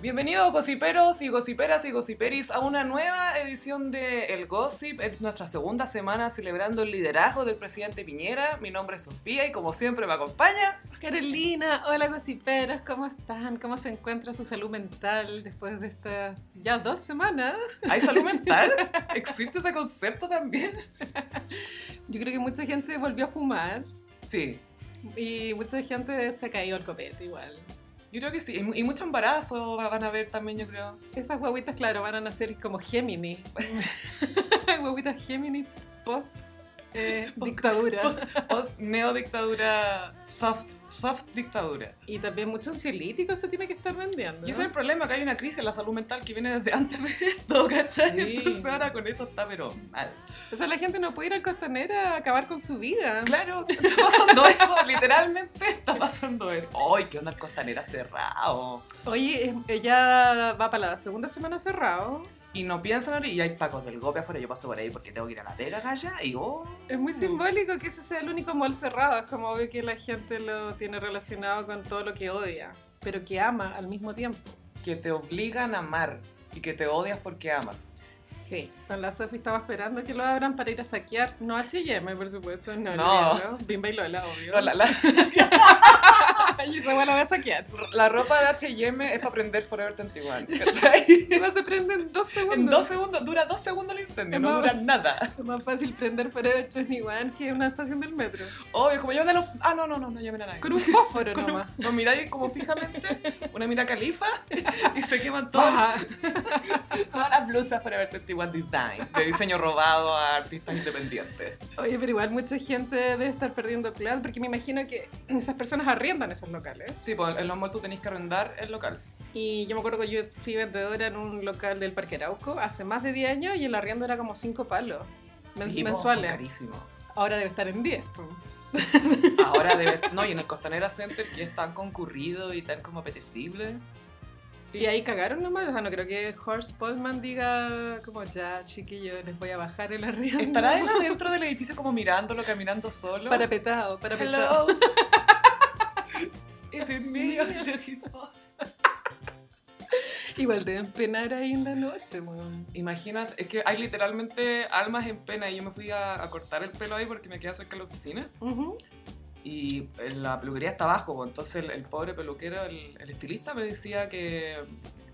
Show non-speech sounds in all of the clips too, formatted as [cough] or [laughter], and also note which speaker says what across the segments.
Speaker 1: Bienvenidos gossiperos y gossiperas y gossiperis a una nueva edición de El Gossip. Es nuestra segunda semana celebrando el liderazgo del presidente Piñera. Mi nombre es Sofía y como siempre me acompaña.
Speaker 2: Carolina, hola gossiperos, ¿cómo están? ¿Cómo se encuentra su salud mental después de estas ya dos semanas?
Speaker 1: ¿Hay salud mental? ¿Existe ese concepto también?
Speaker 2: Yo creo que mucha gente volvió a fumar
Speaker 1: Sí,
Speaker 2: y mucha gente se cayó al copete igual.
Speaker 1: yo creo que sí. Y mu- Y mucho embarazo van a ver también, yo creo.
Speaker 2: Esas guaguitas, claro, van a nacer como Géminis. [laughs] guaguitas Géminis post eh, dictadura.
Speaker 1: Post neodictadura, soft, soft dictadura.
Speaker 2: Y también mucho ansiolítico se tiene que estar vendiendo.
Speaker 1: Y ese es el problema, que hay una crisis en la salud mental que viene desde antes de esto, ¿cachai?
Speaker 2: Sí.
Speaker 1: Entonces ahora con esto está pero mal.
Speaker 2: O sea, la gente no puede ir al costanera a acabar con su vida.
Speaker 1: Claro, está pasando eso, [laughs] literalmente está pasando eso. ¡Ay, qué onda el costanera cerrado!
Speaker 2: Oye, es- ya va para la segunda semana cerrado.
Speaker 1: Y no piensan ahora, y hay pacos del golpe afuera, yo paso por ahí porque tengo que ir a la Vega, allá y oh.
Speaker 2: Es muy simbólico que ese sea el único mall cerrado. Es como obvio que la gente lo tiene relacionado con todo lo que odia, pero que ama al mismo tiempo.
Speaker 1: Que te obligan a amar y que te odias porque amas.
Speaker 2: Sí. Con la Sofi estaba esperando que lo abran para ir a saquear. No H&M, por supuesto. No,
Speaker 1: No.
Speaker 2: no. Bimba y Lola,
Speaker 1: [laughs]
Speaker 2: obvio.
Speaker 1: Pero la, la-
Speaker 2: [laughs] Yo esa weá la voy
Speaker 1: [laughs]
Speaker 2: a saquear.
Speaker 1: la ropa de H&M es para prender Forever
Speaker 2: [laughs]
Speaker 1: 21, ¿cachai?
Speaker 2: Se va a prender en dos segundos.
Speaker 1: En dos segundos, dura dos segundos el incendio,
Speaker 2: Es
Speaker 1: no
Speaker 2: más-
Speaker 1: dura nada.
Speaker 2: Es más fácil prender Forever 21 que en una estación del metro.
Speaker 1: Obvio, como llaman a los... Ah, no, no, no, no llamen a nadie. [laughs]
Speaker 2: Con un fósforo
Speaker 1: Con un-
Speaker 2: nomás.
Speaker 1: lo miráis como fijamente, una mira califa [laughs] y se queman todas,
Speaker 2: Paja.
Speaker 1: todas las blusas para ver 21 Design, de diseño robado a artistas independientes.
Speaker 2: Oye, pero igual mucha gente debe estar perdiendo plata porque me imagino que esas personas arriendan esos locales.
Speaker 1: Sí, pues en los malls tú tenés que arrendar el local.
Speaker 2: Y yo me acuerdo que yo fui vendedora en un local del Parque Arauco hace más de 10 años y el arriendo era como 5 palos mens-
Speaker 1: Sí, pues,
Speaker 2: mensuales.
Speaker 1: son carísimos.
Speaker 2: Ahora debe estar en 10. po.
Speaker 1: Ahora debe... No, y en el Costanera Center que es tan concurrido y tan como apetecible.
Speaker 2: Y ahí cagaron nomás. O sea, no creo que Horst Polman diga como ya, chiquillo, les voy a bajar el arriendo.
Speaker 1: ¿Estará él adentro del edificio como mirándolo, caminando
Speaker 2: [laughs]
Speaker 1: solo?
Speaker 2: Parapetado, parapetado.
Speaker 1: Hello. [laughs] Is it me?
Speaker 2: Igual deben penar ahí en la noche, weón.
Speaker 1: Imagínate, es que hay literalmente almas en pena y yo me fui a, a cortar el pelo ahí porque me queda cerca de la oficina
Speaker 2: Ujú.
Speaker 1: y en la peluquería está abajo, pues, entonces el, el pobre peluquero, el, el estilista me decía que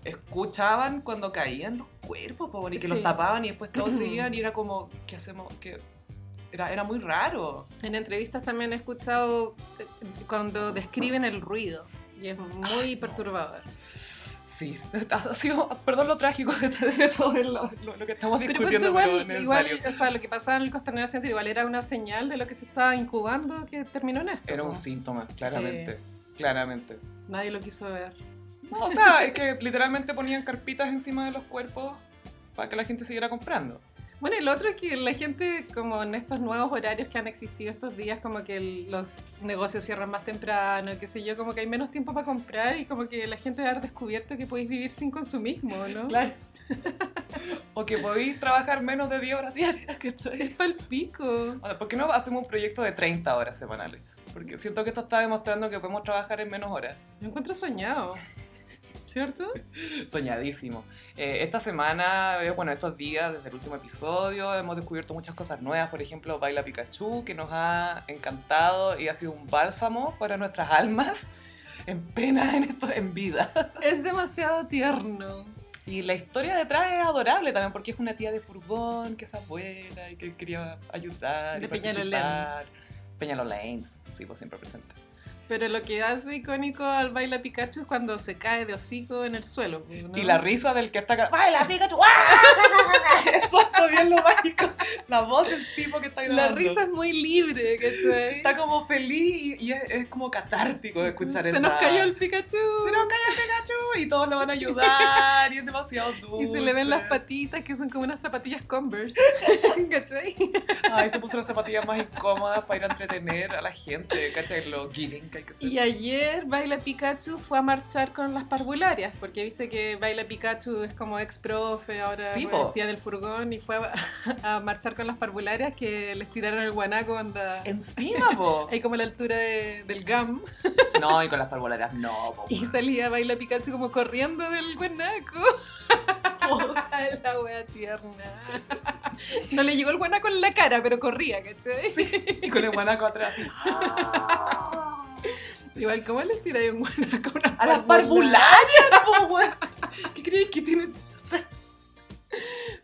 Speaker 1: escuchaban cuando caían los cuerpos, po, y que los
Speaker 2: Sí.
Speaker 1: tapaban y después
Speaker 2: [clears throat]
Speaker 1: todos seguían y era como, ¿qué hacemos? ¿Qué? Era, era muy raro.
Speaker 2: En entrevistas también he escuchado eh, cuando describen el ruido y es muy perturbador.
Speaker 1: Sí, [laughs] ha sido, perdón lo trágico de, de todo el- lo, lo que estamos
Speaker 2: Pero
Speaker 1: discutiendo,
Speaker 2: pues,
Speaker 1: pero
Speaker 2: igual,
Speaker 1: es necesario.
Speaker 2: igual, o sea, lo que pasaba en el Costanera Center igual era una señal de lo que se estaba incubando que terminó en esto.
Speaker 1: Era
Speaker 2: po.
Speaker 1: un síntoma, claramente, claramente.
Speaker 2: Nadie lo quiso ver.
Speaker 1: No, o sea, es que literalmente ponían carpitas encima de los cuerpos para que la gente siguiera comprando.
Speaker 2: Bueno, el otro es que la gente, como en estos nuevos horarios que han existido estos días, como que el- los negocios cierran más temprano, qué sé yo, como que hay menos tiempo para comprar y como que la gente ha descubierto que podéis vivir sin consumismo, ¿no?
Speaker 1: Claro. [laughs] O que podéis trabajar menos de 10 horas diarias, ¿cachai?
Speaker 2: Es palpico.
Speaker 1: O sea, ¿por qué no hacemos un proyecto de 30 horas semanales? Porque siento que esto está demostrando que podemos trabajar en menos horas.
Speaker 2: Lo encuentro soñado. ¿Cierto?
Speaker 1: Soñadísimo. Eh, esta semana, eh, bueno, estos días, desde el último episodio, hemos descubierto muchas cosas nuevas. Por ejemplo, Baila Pikachu, que nos ha encantado y ha sido un bálsamo para nuestras almas en pena, en, esto- en vida.
Speaker 2: Es demasiado tierno.
Speaker 1: Y la historia detrás es adorable también, porque es una tía de furgón que es abuela y que quería ayudar.
Speaker 2: De
Speaker 1: y
Speaker 2: Peñalolén.
Speaker 1: participar. Peñalolanes, sí, pues siempre presente.
Speaker 2: Pero lo que hace icónico al baila Pikachu es cuando se cae de hocico en el suelo. ¿no?
Speaker 1: Y la risa del que está acá, ¡Baila, Pikachu!
Speaker 2: [laughs]
Speaker 1: ¡Ah! Eso es todavía lo mágico. La voz del tipo que está
Speaker 2: La
Speaker 1: grabando.
Speaker 2: risa es muy libre, ¿cachai?
Speaker 1: Está como feliz y, y es, es como catártico escuchar
Speaker 2: Se
Speaker 1: eso.
Speaker 2: nos cayó el Pikachu.
Speaker 1: ¡Se nos cayó el Pikachu! Y todos lo van a ayudar y es demasiado dulce.
Speaker 2: Y se le ven las patitas que son como unas
Speaker 1: [laughs]
Speaker 2: zapatillas Converse. ¿Cachai?
Speaker 1: Ay, se puso las zapatillas más incómodas para ir a entretener a la gente, ¿cachai? Lo giving. que hay que hacer.
Speaker 2: Y ayer Baila Pikachu fue a marchar con las parvularias, porque viste que Baila Pikachu es como ex profe, ahora
Speaker 1: Sí,
Speaker 2: bueno,
Speaker 1: po.
Speaker 2: el día del furgón, y fue a, [laughs] a marchar con las parvularias que les tiraron el guanaco, onda,
Speaker 1: Encima, [laughs] po.
Speaker 2: ahí como a la altura de- del GAM,
Speaker 1: No, y con las parvolaras, no, po.
Speaker 2: y salía Baila Pikachu como corriendo del guanaco. [laughs] la wea tierna. No le llegó el guanaco en la cara, pero corría, ¿cachai?
Speaker 1: Y con el guanaco atrás. Ah.
Speaker 2: Igual, ¿cómo les tiráis un guanaco a una
Speaker 1: ¡A las parvularias, po, [laughs] weón! ¿Qué crees que tienen?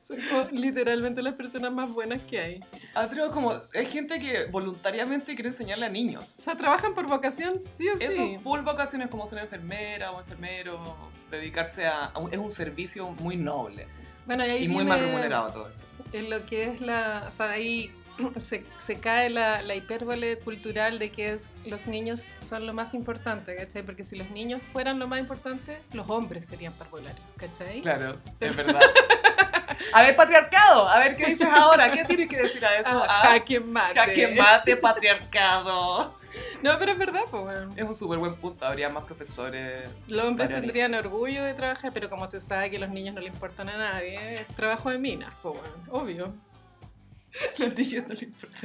Speaker 2: Son como literalmente las personas más buenas que hay.
Speaker 1: Atrevo como, es gente que voluntariamente quiere enseñarle a niños.
Speaker 2: O sea, trabajan por vocación, sí o
Speaker 1: Eso
Speaker 2: sí.
Speaker 1: full vacaciones como ser enfermera o enfermero, dedicarse a, a un- es un servicio muy noble
Speaker 2: Bueno, y ahí
Speaker 1: y muy
Speaker 2: viene
Speaker 1: mal remunerado todo.
Speaker 2: En lo que es la. O sea, ahí [clears throat] se, se cae la, la hipérbole cultural de que es, los niños son lo más importante, ¿cachai? Porque si los niños fueran lo más importante, los hombres serían parvularios, ¿cachai?
Speaker 1: Claro, es verdad. A ver, patriarcado, a ver qué dices ahora, ¿qué tienes que decir a eso?
Speaker 2: [laughs] Ah,
Speaker 1: Ah,
Speaker 2: jaque mate.
Speaker 1: jaque mate, patriarcado.
Speaker 2: No, pero es verdad, pues bueno.
Speaker 1: Es un súper buen punto, habría más profesores.
Speaker 2: Los hombres
Speaker 1: Varones.
Speaker 2: tendrían orgullo de trabajar, pero como se sabe que los niños no le importan a nadie, es trabajo de minas, pues bueno, obvio.
Speaker 1: [laughs] Los niños no les importa.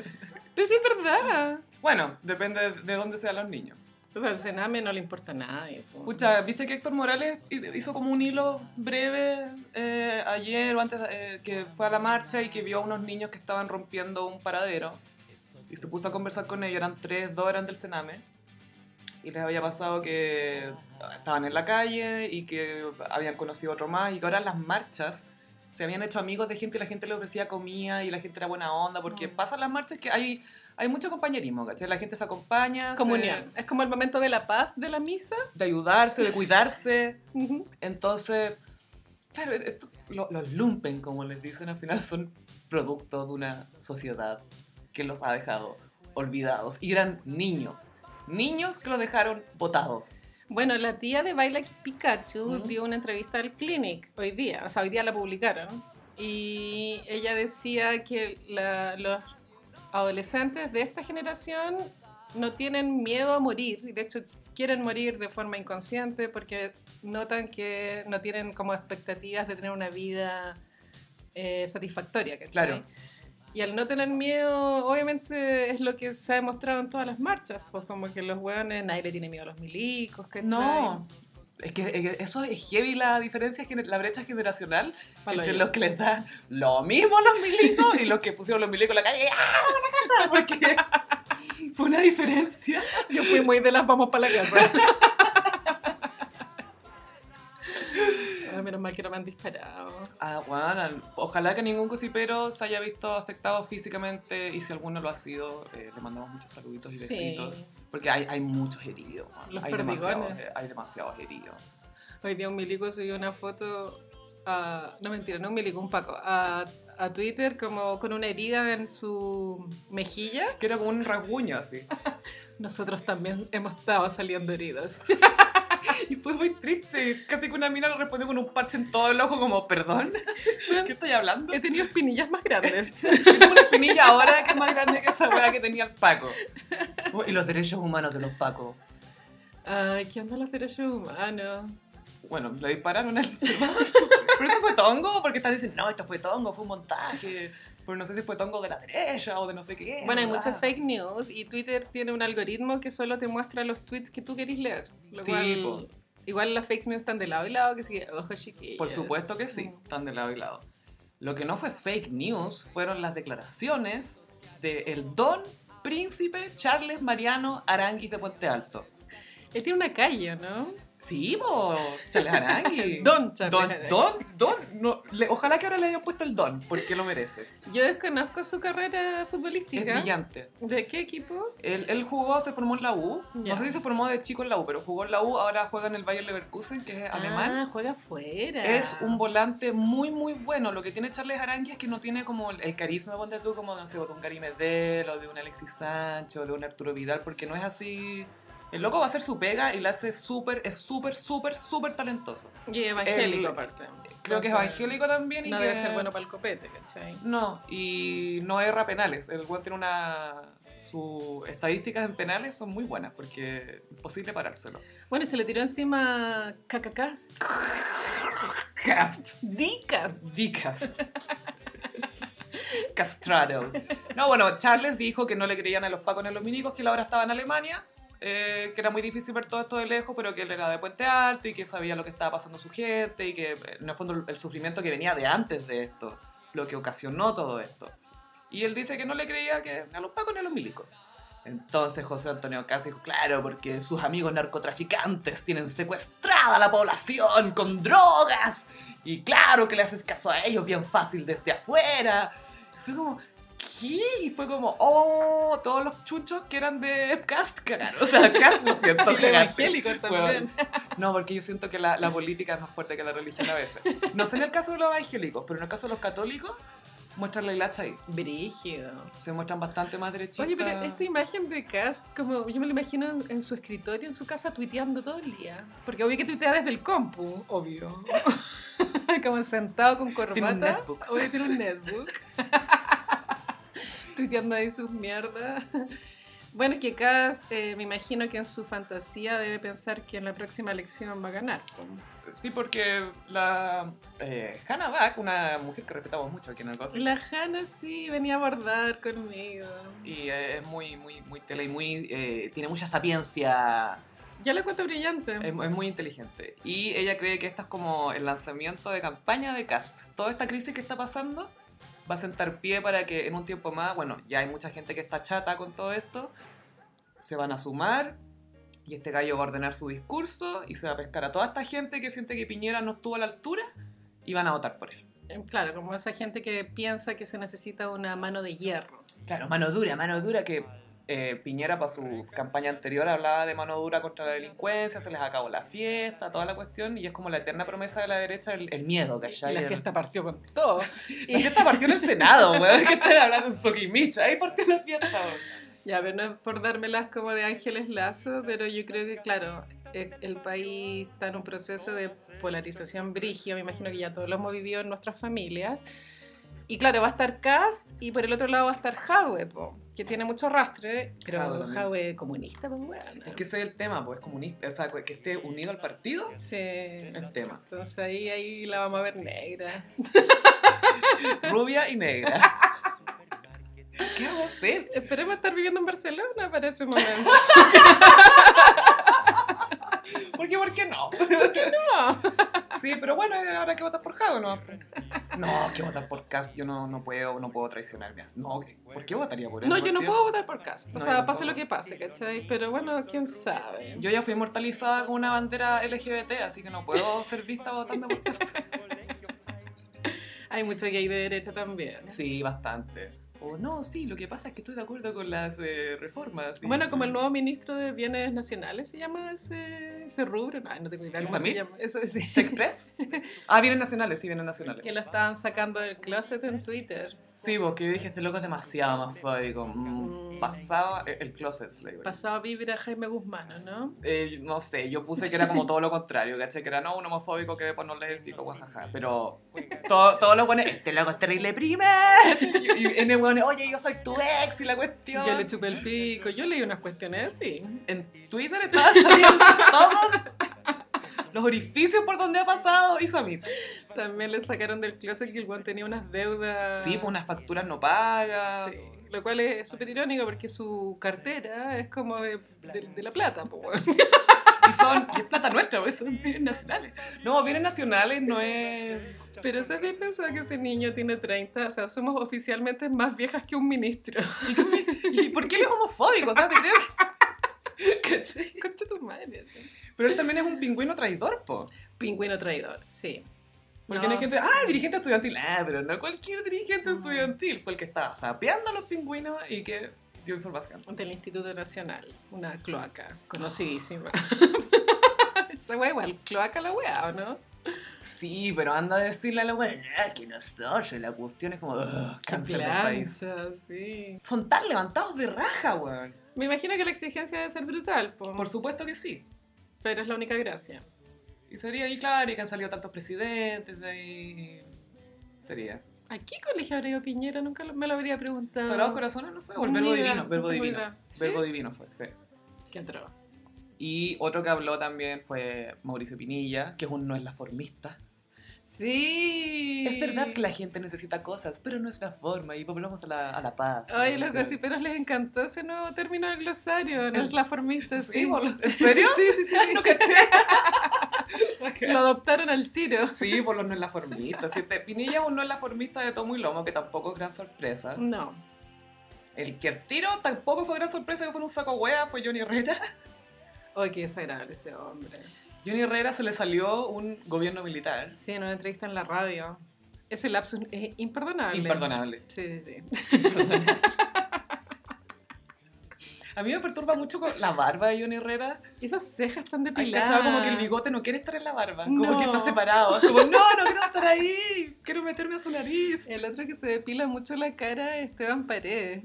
Speaker 2: Pero sí es verdad.
Speaker 1: Bueno, depende de dónde sean los niños.
Speaker 2: O sea, el Sename no le importa a nadie. pues. po.
Speaker 1: Pucha, ¿viste que Héctor Morales hi- hizo como un hilo breve eh, ayer o antes eh, que fue a la marcha y que vio a unos niños que estaban rompiendo un paradero y se puso a conversar con ellos, eran tres, dos eran del Sename y les había pasado que ah, estaban en la calle y que habían conocido otro más y que ahora las marchas se habían hecho amigos de gente y la gente les ofrecía comida y la gente era buena onda porque
Speaker 2: Mm.
Speaker 1: pasan las marchas que hay, hay mucho compañerismo, ¿cachai? La gente se acompaña, se-
Speaker 2: Comunión. Es como el momento de la paz de la misa.
Speaker 1: de ayudarse, de cuidarse.
Speaker 2: Ujú.
Speaker 1: Entonces, claro, e-, esto- lo- los lumpen, como les dicen al final, son producto de una sociedad que los ha dejado olvidados. Y eran niños. Niños que los dejaron botados.
Speaker 2: Bueno, la tía de Baila Pikachu
Speaker 1: Ujú.
Speaker 2: dio una entrevista al Clinic hoy día. O sea, hoy día la publicaron. Y ella decía que la- los adolescentes de esta generación no tienen miedo a morir. y De hecho, quieren morir de forma inconsciente porque notan que no tienen como expectativas de tener una vida eh, satisfactoria. ¿cachai?
Speaker 1: Claro.
Speaker 2: Y al no tener miedo, obviamente es lo que se ha demostrado en todas las marchas, pues como que los hueones, nadie le tiene miedo a los milicos, ¿cachai?
Speaker 1: No. Es que, es que eso es heavy la diferencia, gener- la brecha generacional
Speaker 2: Palo
Speaker 1: entre
Speaker 2: yo.
Speaker 1: los que les da lo mismo a los milicos y los que pusieron los milicos en la calle. ¡Ah, vamos a la casa! Porque [laughs] fue una diferencia.
Speaker 2: Yo fui muy de las vamos para la
Speaker 1: [laughs]
Speaker 2: casa. Ay, Ah, menos mal que no me han disparado.
Speaker 1: Ah, bueno, ojalá que ningún cosipero se haya visto afectado físicamente y si alguno lo ha sido, eh, le mandamos muchos saluditos y
Speaker 2: Sí.
Speaker 1: besitos. Porque hay, hay muchos heridos, weón.
Speaker 2: Los
Speaker 1: hay, demasiados,
Speaker 2: perdigones.
Speaker 1: eh, hay demasiados heridos.
Speaker 2: Hoy día un milico subió una foto a... No, mentira, no un milico, un paco. A, a Twitter como con una herida en su mejilla.
Speaker 1: Que era como un rasguño así. [laughs]
Speaker 2: Nosotros también hemos estado
Speaker 1: [laughs]
Speaker 2: saliendo heridos.
Speaker 1: Y fue muy triste. Casi que una mina le respondió con un parche en todo el ojo, como, perdón, [laughs] ¿qué estoy hablando?
Speaker 2: He tenido espinillas más grandes.
Speaker 1: [laughs] Tengo una espinilla ahora que es más grande que esa weá que tenía el Paco. Y los derechos humanos de los Pacos.
Speaker 2: Ay, ¿qué onda los derechos humanos?
Speaker 1: Bueno, le dispararon
Speaker 2: [laughs]
Speaker 1: al Pero eso fue tongo, porque están diciendo, no, esto fue tongo, fue un montaje. Pero no sé si fue tongo de la derecha o de no sé qué.
Speaker 2: Bueno, hay
Speaker 1: ¿verdad?
Speaker 2: muchas fake news y Twitter tiene un algoritmo que solo te muestra los tweets que tú querés leer. Lo
Speaker 1: Sí,
Speaker 2: cual-
Speaker 1: po.
Speaker 2: igual las fake news están de lado y lado, que sí, ojo chiquillos.
Speaker 1: Por supuesto que sí, están de lado y lado. Lo que no fue fake news fueron las declaraciones del don príncipe Charles Mariano Aránguiz de Puente Alto.
Speaker 2: Él tiene una calle, ¿no?
Speaker 1: Sí, po, Charles Aránguiz.
Speaker 2: [laughs] Don Charles
Speaker 1: Don,
Speaker 2: Aránguiz.
Speaker 1: don, don. No, le- ojalá que ahora le hayan puesto el don, porque lo merece.
Speaker 2: Yo desconozco su carrera
Speaker 1: Es
Speaker 2: futbolística.
Speaker 1: brillante.
Speaker 2: ¿De qué equipo?
Speaker 1: Él, él jugó, se formó en la U.
Speaker 2: Ya.
Speaker 1: No sé si se formó de chico en la U, pero jugó en la U. Ahora juega en el Bayern Leverkusen, que es alemán.
Speaker 2: Ah, juega afuera.
Speaker 1: Es un volante muy, muy bueno. Lo que tiene Charles Arangui es que no tiene como el, el carisma, ponte tú, como no sé, de un Karim Edel, o de un Alexis Sánchez, o de un Arturo Vidal, porque no es así. El loco va a hacer su pega y la hace súper, es súper, súper, súper talentoso.
Speaker 2: Y evangélico,
Speaker 1: El-
Speaker 2: aparte.
Speaker 1: Creo que es
Speaker 2: Entonces,
Speaker 1: evangélico también y
Speaker 2: No
Speaker 1: que-
Speaker 2: debe ser bueno para el copete, ¿cachai?
Speaker 1: No, y no erra penales. El weón tiene una... Sus estadísticas en penales son muy buenas porque es imposible parárselo.
Speaker 2: Bueno, y se le tiró encima cacacas.
Speaker 1: Cast.
Speaker 2: Dicas.
Speaker 1: Dicast. Castrado. No, bueno, Charles dijo que no le creían a los pacos ni a los minicos, que él ahora estaba en Alemania, eh, que era muy difícil ver todo esto de lejos, pero que él era de Puente Alto y que sabía lo que estaba pasando a su gente y que en el fondo el sufrimiento que venía de antes de esto, lo que ocasionó todo esto. Y él dice que no le creía que a los pacos ni a los milicos. Entonces José Antonio Casi dijo, claro, porque sus amigos narcotraficantes tienen secuestrada a la población con drogas. Y claro que le haces caso a ellos bien fácil desde afuera. Y fue como, ¿qué? Y fue como, oh, todos los chuchos que eran de Cast cagaron. O sea, Cast lo siento,
Speaker 2: [laughs] Y lo
Speaker 1: cagaste.
Speaker 2: evangélico también.
Speaker 1: No, porque yo siento que la, la política es más fuerte que la religión a veces. No sé en el caso de los evangélicos, pero en el caso de los católicos, muestran la hilacha ahí.
Speaker 2: Brígido.
Speaker 1: Se muestran bastante más derechitas.
Speaker 2: Oye, pero este- esta imagen de Cast, como yo me lo imagino en, en su escritorio, en su casa, tuiteando todo el día. Porque obvio que tuitea desde el compu, obvio. [laughs] como sentado con corbata.
Speaker 1: Tiene un netbook.
Speaker 2: Obvio tiene un netbook. [laughs] tuiteando ahí sus mierdas. Bueno, es que Cast, eh, me imagino que en su fantasía debe pensar que en la próxima elección va a ganar.
Speaker 1: Sí, porque la eh, Hannah Back, una mujer que respetamos mucho aquí en el Gossip,
Speaker 2: La Hannah sí venía a bordar conmigo.
Speaker 1: y eh, es muy, muy, muy tele y muy, eh, tiene mucha sapiencia,
Speaker 2: Yo la cuento brillante.
Speaker 1: es, es muy inteligente. Y ella cree que esto es como el lanzamiento de campaña de Cast. Toda esta crisis que está pasando va a sentar pie para que en un tiempo más, bueno, ya hay mucha gente que está chata con todo esto, se van a sumar. Y este gallo va a ordenar su discurso y se va a pescar a toda esta gente que siente que Piñera no estuvo a la altura y van a votar por él.
Speaker 2: Eh, Claro, como esa gente que piensa que se necesita una mano de hierro.
Speaker 1: Claro, mano dura, mano dura que eh, Piñera para su campaña anterior hablaba de mano dura contra la delincuencia, se les acabó la fiesta, toda la cuestión, y es como la eterna promesa de la derecha, el, el miedo,
Speaker 2: y
Speaker 1: ¿cachai?
Speaker 2: la
Speaker 1: El-
Speaker 2: fiesta partió con todo.
Speaker 1: [laughs] La fiesta partió en el Senado, [laughs] weón, que están hablando en Soquimich, ahí partió la fiesta, weón.
Speaker 2: [laughs] ya, pero no es por dármelas como de Ángeles Lazo, pero yo creo que, claro, e- el país está en un proceso de polarización brigio, me imagino que ya todos lo hemos vivido en nuestras familias. Y claro, va a estar Cast y por el otro lado va a estar Jadwe, po, que tiene mucho arrastre, pero
Speaker 1: Jadwe también.
Speaker 2: Jadwe comunista, pues bueno.
Speaker 1: Es que ese es el tema, pues, comunista, o sea, que esté unido al partido,
Speaker 2: Sí.
Speaker 1: el tema.
Speaker 2: Entonces ahí, ahí la vamos a ver negra.
Speaker 1: Rubia y negra. [laughs] ¿Qué vamos a hacer?
Speaker 2: Esperemos estar viviendo en Barcelona para
Speaker 1: [laughs]
Speaker 2: ese momento.
Speaker 1: ¿Por qué, por qué
Speaker 2: [laughs]
Speaker 1: no?
Speaker 2: No.
Speaker 1: [laughs] Sí, pero bueno, eh, ahora hay que votar por Jago, ¿no? No, que votar por Cast, yo no, no puedo, no puedo traicionarme. No, ¿por qué votaría por él?
Speaker 2: No, yo no
Speaker 1: Partido-
Speaker 2: puedo votar por Cast. O
Speaker 1: No, yo
Speaker 2: sea, pase
Speaker 1: tampoco.
Speaker 2: lo que pase, ¿cachai? Pero bueno, quién sabe.
Speaker 1: Yo ya fui inmortalizada con una bandera LGBT, así que no
Speaker 2: [laughs]
Speaker 1: puedo ser vista votando por Cast.
Speaker 2: Hay mucho gay de derecha también.
Speaker 1: Sí, bastante. O no, sí, lo que pasa es que estoy de acuerdo con las eh, reformas. y-
Speaker 2: Bueno, como el nuevo ministro de Bienes Nacionales se llama ese, ese rubro. No, no tengo idea
Speaker 1: ¿El
Speaker 2: cómo se
Speaker 1: Samit?
Speaker 2: llama. Eso, sí.
Speaker 1: ¿Sexpress? Ah, vienen nacionales, sí, vienen nacionales.
Speaker 2: [laughs] Que lo estaban sacando del closet en Twitter.
Speaker 1: Sí, porque yo dije, este loco es demasiado más fóbico. Mm,
Speaker 2: Mm.
Speaker 1: pasaba el closet, le digo yo.
Speaker 2: Pasado vibra Jaime Guzmán, ¿o ¿no?
Speaker 1: Eh, no sé, yo puse que era
Speaker 2: [laughs]
Speaker 1: como todo lo contrario, ¿cachai? Que era no un homofóbico que después no lésbico, guajaja. Pero todo- todos los buenos, este loco es terrible primer. Y, y en el bueno, oye, yo soy tu ex y la cuestión.
Speaker 2: Yo le chupé el pico. Yo leí unas cuestiones así.
Speaker 1: en Twitter estaba saliendo todos los orificios por donde ha pasado Isamit.
Speaker 2: También le sacaron del closet que el guan tenía unas deudas.
Speaker 1: Sí, pues unas facturas no paga.
Speaker 2: Sí, Ah, lo cual es súper irónico porque su cartera es como de, de, de la plata, po, weón.
Speaker 1: Y son, y es plata nuestra, porque son bienes nacionales. No, bienes nacionales no es.
Speaker 2: Pero eso es bien pensado que ese niño tiene 30, o sea, somos oficialmente más viejas que un ministro. [laughs]
Speaker 1: ¿Y por qué él es homofóbico? O sea, te creo que. [laughs] ¿Cachai?
Speaker 2: Concha tu madre. sí.
Speaker 1: Pero él también es un pingüino traidor, po.
Speaker 2: Pingüino traidor, sí.
Speaker 1: Porque
Speaker 2: No.
Speaker 1: no hay gente, ah, dirigente estudiantil. Ah, pero no cualquier dirigente
Speaker 2: No.
Speaker 1: estudiantil. Fue el que estaba sapeando a los pingüinos y que dio información.
Speaker 2: Del Instituto Nacional, una cloaca conocidísima. Esa wea igual, cloaca la wea, ¿o no?
Speaker 1: Sí, pero anda a decirle a la buena, "Ah, que nosotros, la cuestión es como, "Ugh, cancel del país.
Speaker 2: plancha, sí.
Speaker 1: Son tan levantados de raja, weón.
Speaker 2: Me imagino que la exigencia debe ser brutal, po,
Speaker 1: Por supuesto que sí.
Speaker 2: pero es la única gracia.
Speaker 1: Y sería, y claro, y que han salido tantos presidentes de ahí. Sería.
Speaker 2: ¿A qué colegio habría ido Piñera? Nunca lo- me lo habría preguntado.
Speaker 1: Sobrados corazones no fue, o el
Speaker 2: Ni
Speaker 1: verbo
Speaker 2: idea,
Speaker 1: divino,
Speaker 2: no
Speaker 1: verbo
Speaker 2: tengo
Speaker 1: divino.
Speaker 2: idea. ¿Sí?
Speaker 1: Verbo divino fue, sí.
Speaker 2: Qué entró.
Speaker 1: Y otro que habló también fue Mauricio Pinilla, que es un no es la formista.
Speaker 2: Sí.
Speaker 1: Es verdad que la gente necesita cosas, pero no es la forma, y volvemos a la, a la paz.
Speaker 2: Ay,
Speaker 1: ¿no? Este
Speaker 2: los gossiperos les encantó ese nuevo término del glosario, no
Speaker 1: El-
Speaker 2: es la formista,
Speaker 1: Sí,
Speaker 2: sí. [laughs]
Speaker 1: bol- ¿en serio?
Speaker 2: Sí, sí, sí.
Speaker 1: [laughs] No caché.
Speaker 2: Lo adoptaron al tiro.
Speaker 1: [laughs] Sí, por los no es la formista. Sí, te- Pinilla es un no es la formista de Tomo y Lomo, que tampoco es gran sorpresa.
Speaker 2: No.
Speaker 1: El que al tiro tampoco fue gran sorpresa que fue un saco hueá, fue Johnny Herrera. [laughs]
Speaker 2: Ay, qué desagradable ese hombre.
Speaker 1: Johnny Herrera se le salió un gobierno militar.
Speaker 2: Sí, en una entrevista en la radio. Ese lapsus es imperdonable.
Speaker 1: Imperdonable.
Speaker 2: Sí, sí, sí.
Speaker 1: A mí me perturba mucho con la barba de Johnny Herrera.
Speaker 2: Y esas cejas tan
Speaker 1: Hay
Speaker 2: depiladas.
Speaker 1: cachado como que el bigote no quiere estar en la barba. Como
Speaker 2: No.
Speaker 1: que está separado. Es Como, no, no quiero estar ahí. Quiero meterme a su nariz.
Speaker 2: [laughs] El otro que se depila mucho la cara es Esteban Paredes.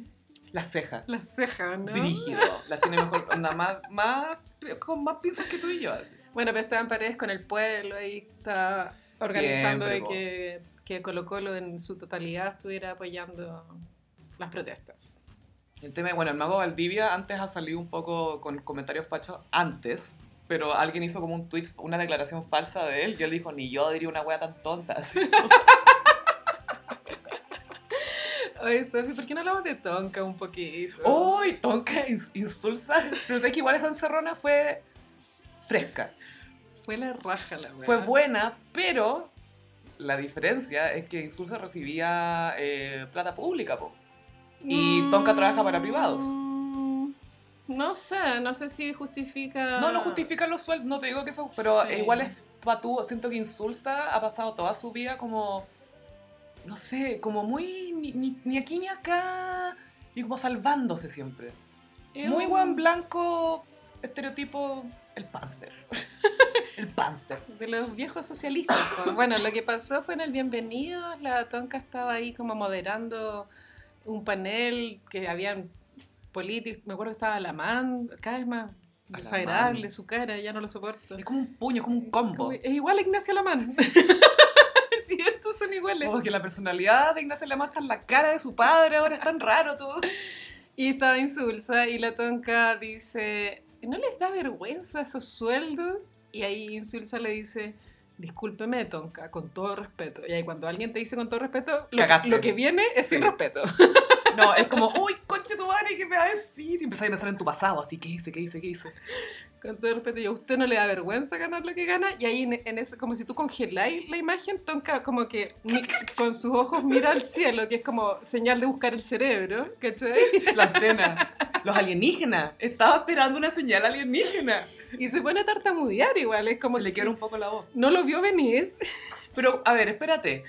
Speaker 1: Las cejas.
Speaker 2: Las cejas, ¿no?
Speaker 1: Dirigido. Las tiene mejor. Onda, más, más, con más pinzas que tú y yo. así.
Speaker 2: Bueno, pero Esteban Paredes con el pueblo ahí está organizando
Speaker 1: Siempre,
Speaker 2: de
Speaker 1: po.
Speaker 2: que, que Colo Colo en su totalidad estuviera apoyando las protestas.
Speaker 1: El tema, bueno, el mago Valdivia antes ha salido un poco con comentarios fachos antes, pero alguien hizo como un tweet, una declaración falsa de él y él dijo, ni yo diría una wea tan tonta. así.
Speaker 2: [laughs] Oye, Sofi, ¿por qué no hablamos de Tonka un poquito?
Speaker 1: ¡Uy! Tonka ins- insulsa. Pero sé que igual esa encerrona fue fresca.
Speaker 2: Fue la raja la weá.
Speaker 1: Fue buena, pero la diferencia es que Insulsa recibía eh, plata pública, po. y
Speaker 2: Mm,
Speaker 1: Tonka trabaja para privados.
Speaker 2: No sé, no sé si justifica.
Speaker 1: No, no justifican los sueldos, no te digo que eso, pero
Speaker 2: Ah. Sí.
Speaker 1: igual es patú. Siento que Insulsa ha pasado toda su vida como, no sé, como muy ni, ni- ni aquí ni acá, y como salvándose siempre.
Speaker 2: Es
Speaker 1: Muy
Speaker 2: un-
Speaker 1: buen blanco, estereotipo, el
Speaker 2: [laughs]
Speaker 1: Panzer. el Panzer.
Speaker 2: De los viejos socialistas. po. Bueno, lo que pasó fue en el Bienvenidos, la Tonka estaba ahí como moderando un panel que habían políticos, me acuerdo que estaba Alamán, cada vez más
Speaker 1: Alamán.
Speaker 2: desagradable su cara, ya no lo soporto.
Speaker 1: Es como un puño, es como un combo.
Speaker 2: Es igual a Ignacio Alamán. [laughs] Es cierto, son iguales.
Speaker 1: Como que la personalidad de Ignacio Lamán está en la cara de su padre, ahora es tan raro todo.
Speaker 2: Y estaba insulsa y la tonca dice, ¿no les da vergüenza esos sueldos? Y ahí insulsa le dice, discúlpeme tonca, con todo respeto. Y ahí cuando alguien te dice con todo respeto, lo,
Speaker 1: Cagaste.
Speaker 2: lo que viene es sin
Speaker 1: Sí.
Speaker 2: respeto. [laughs]
Speaker 1: No, es como, uy, conche tu madre, ¿qué me va a decir? Y empezás a pensar en tu pasado, así, ¿qué hice, qué hice, qué hice?
Speaker 2: Con todo respeto, y a usted no le da vergüenza ganar lo que gana. Y ahí en, en eso, como si tú congeláis la imagen, tonca como que mi- con sus ojos mira al cielo, que es como señal de buscar el cerebro, ¿cachai?
Speaker 1: La antena. Los alienígenas. Estaba esperando una señal alienígena.
Speaker 2: Y se pone a tartamudear igual, es como...
Speaker 1: Se le quiebra un poco la voz.
Speaker 2: No lo vio venir.
Speaker 1: Pero, a ver, espérate.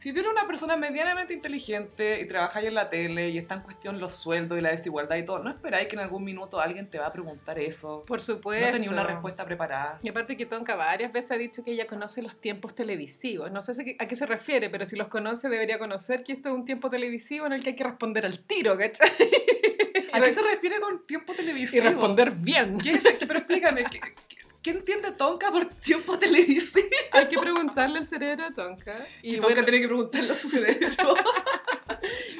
Speaker 1: Si tú eres una persona medianamente inteligente y trabajas en la tele y está en cuestión los sueldos y la desigualdad y todo, ¿no esperáis que en algún minuto alguien te va a preguntar eso?
Speaker 2: Por supuesto.
Speaker 1: No tenía una respuesta
Speaker 2: [laughs]
Speaker 1: preparada.
Speaker 2: Y aparte que Tonka varias veces ha dicho que ella conoce los tiempos televisivos. No sé si- a qué se refiere, pero si los conoce debería conocer que esto es un tiempo televisivo en el que hay que responder al tiro, ¿cachai?
Speaker 1: ¿A qué se refiere con tiempo televisivo?
Speaker 2: Y responder bien. [laughs]
Speaker 1: ¿Qué es eso? Pero explícame, ¿qué, qué- qué entiende Tonka por tiempo televisivo?
Speaker 2: Hay que preguntarle al cerebro a Tonka. Y,
Speaker 1: Y Tonka
Speaker 2: bueno,
Speaker 1: tiene que preguntarle a su cerebro.
Speaker 2: [laughs]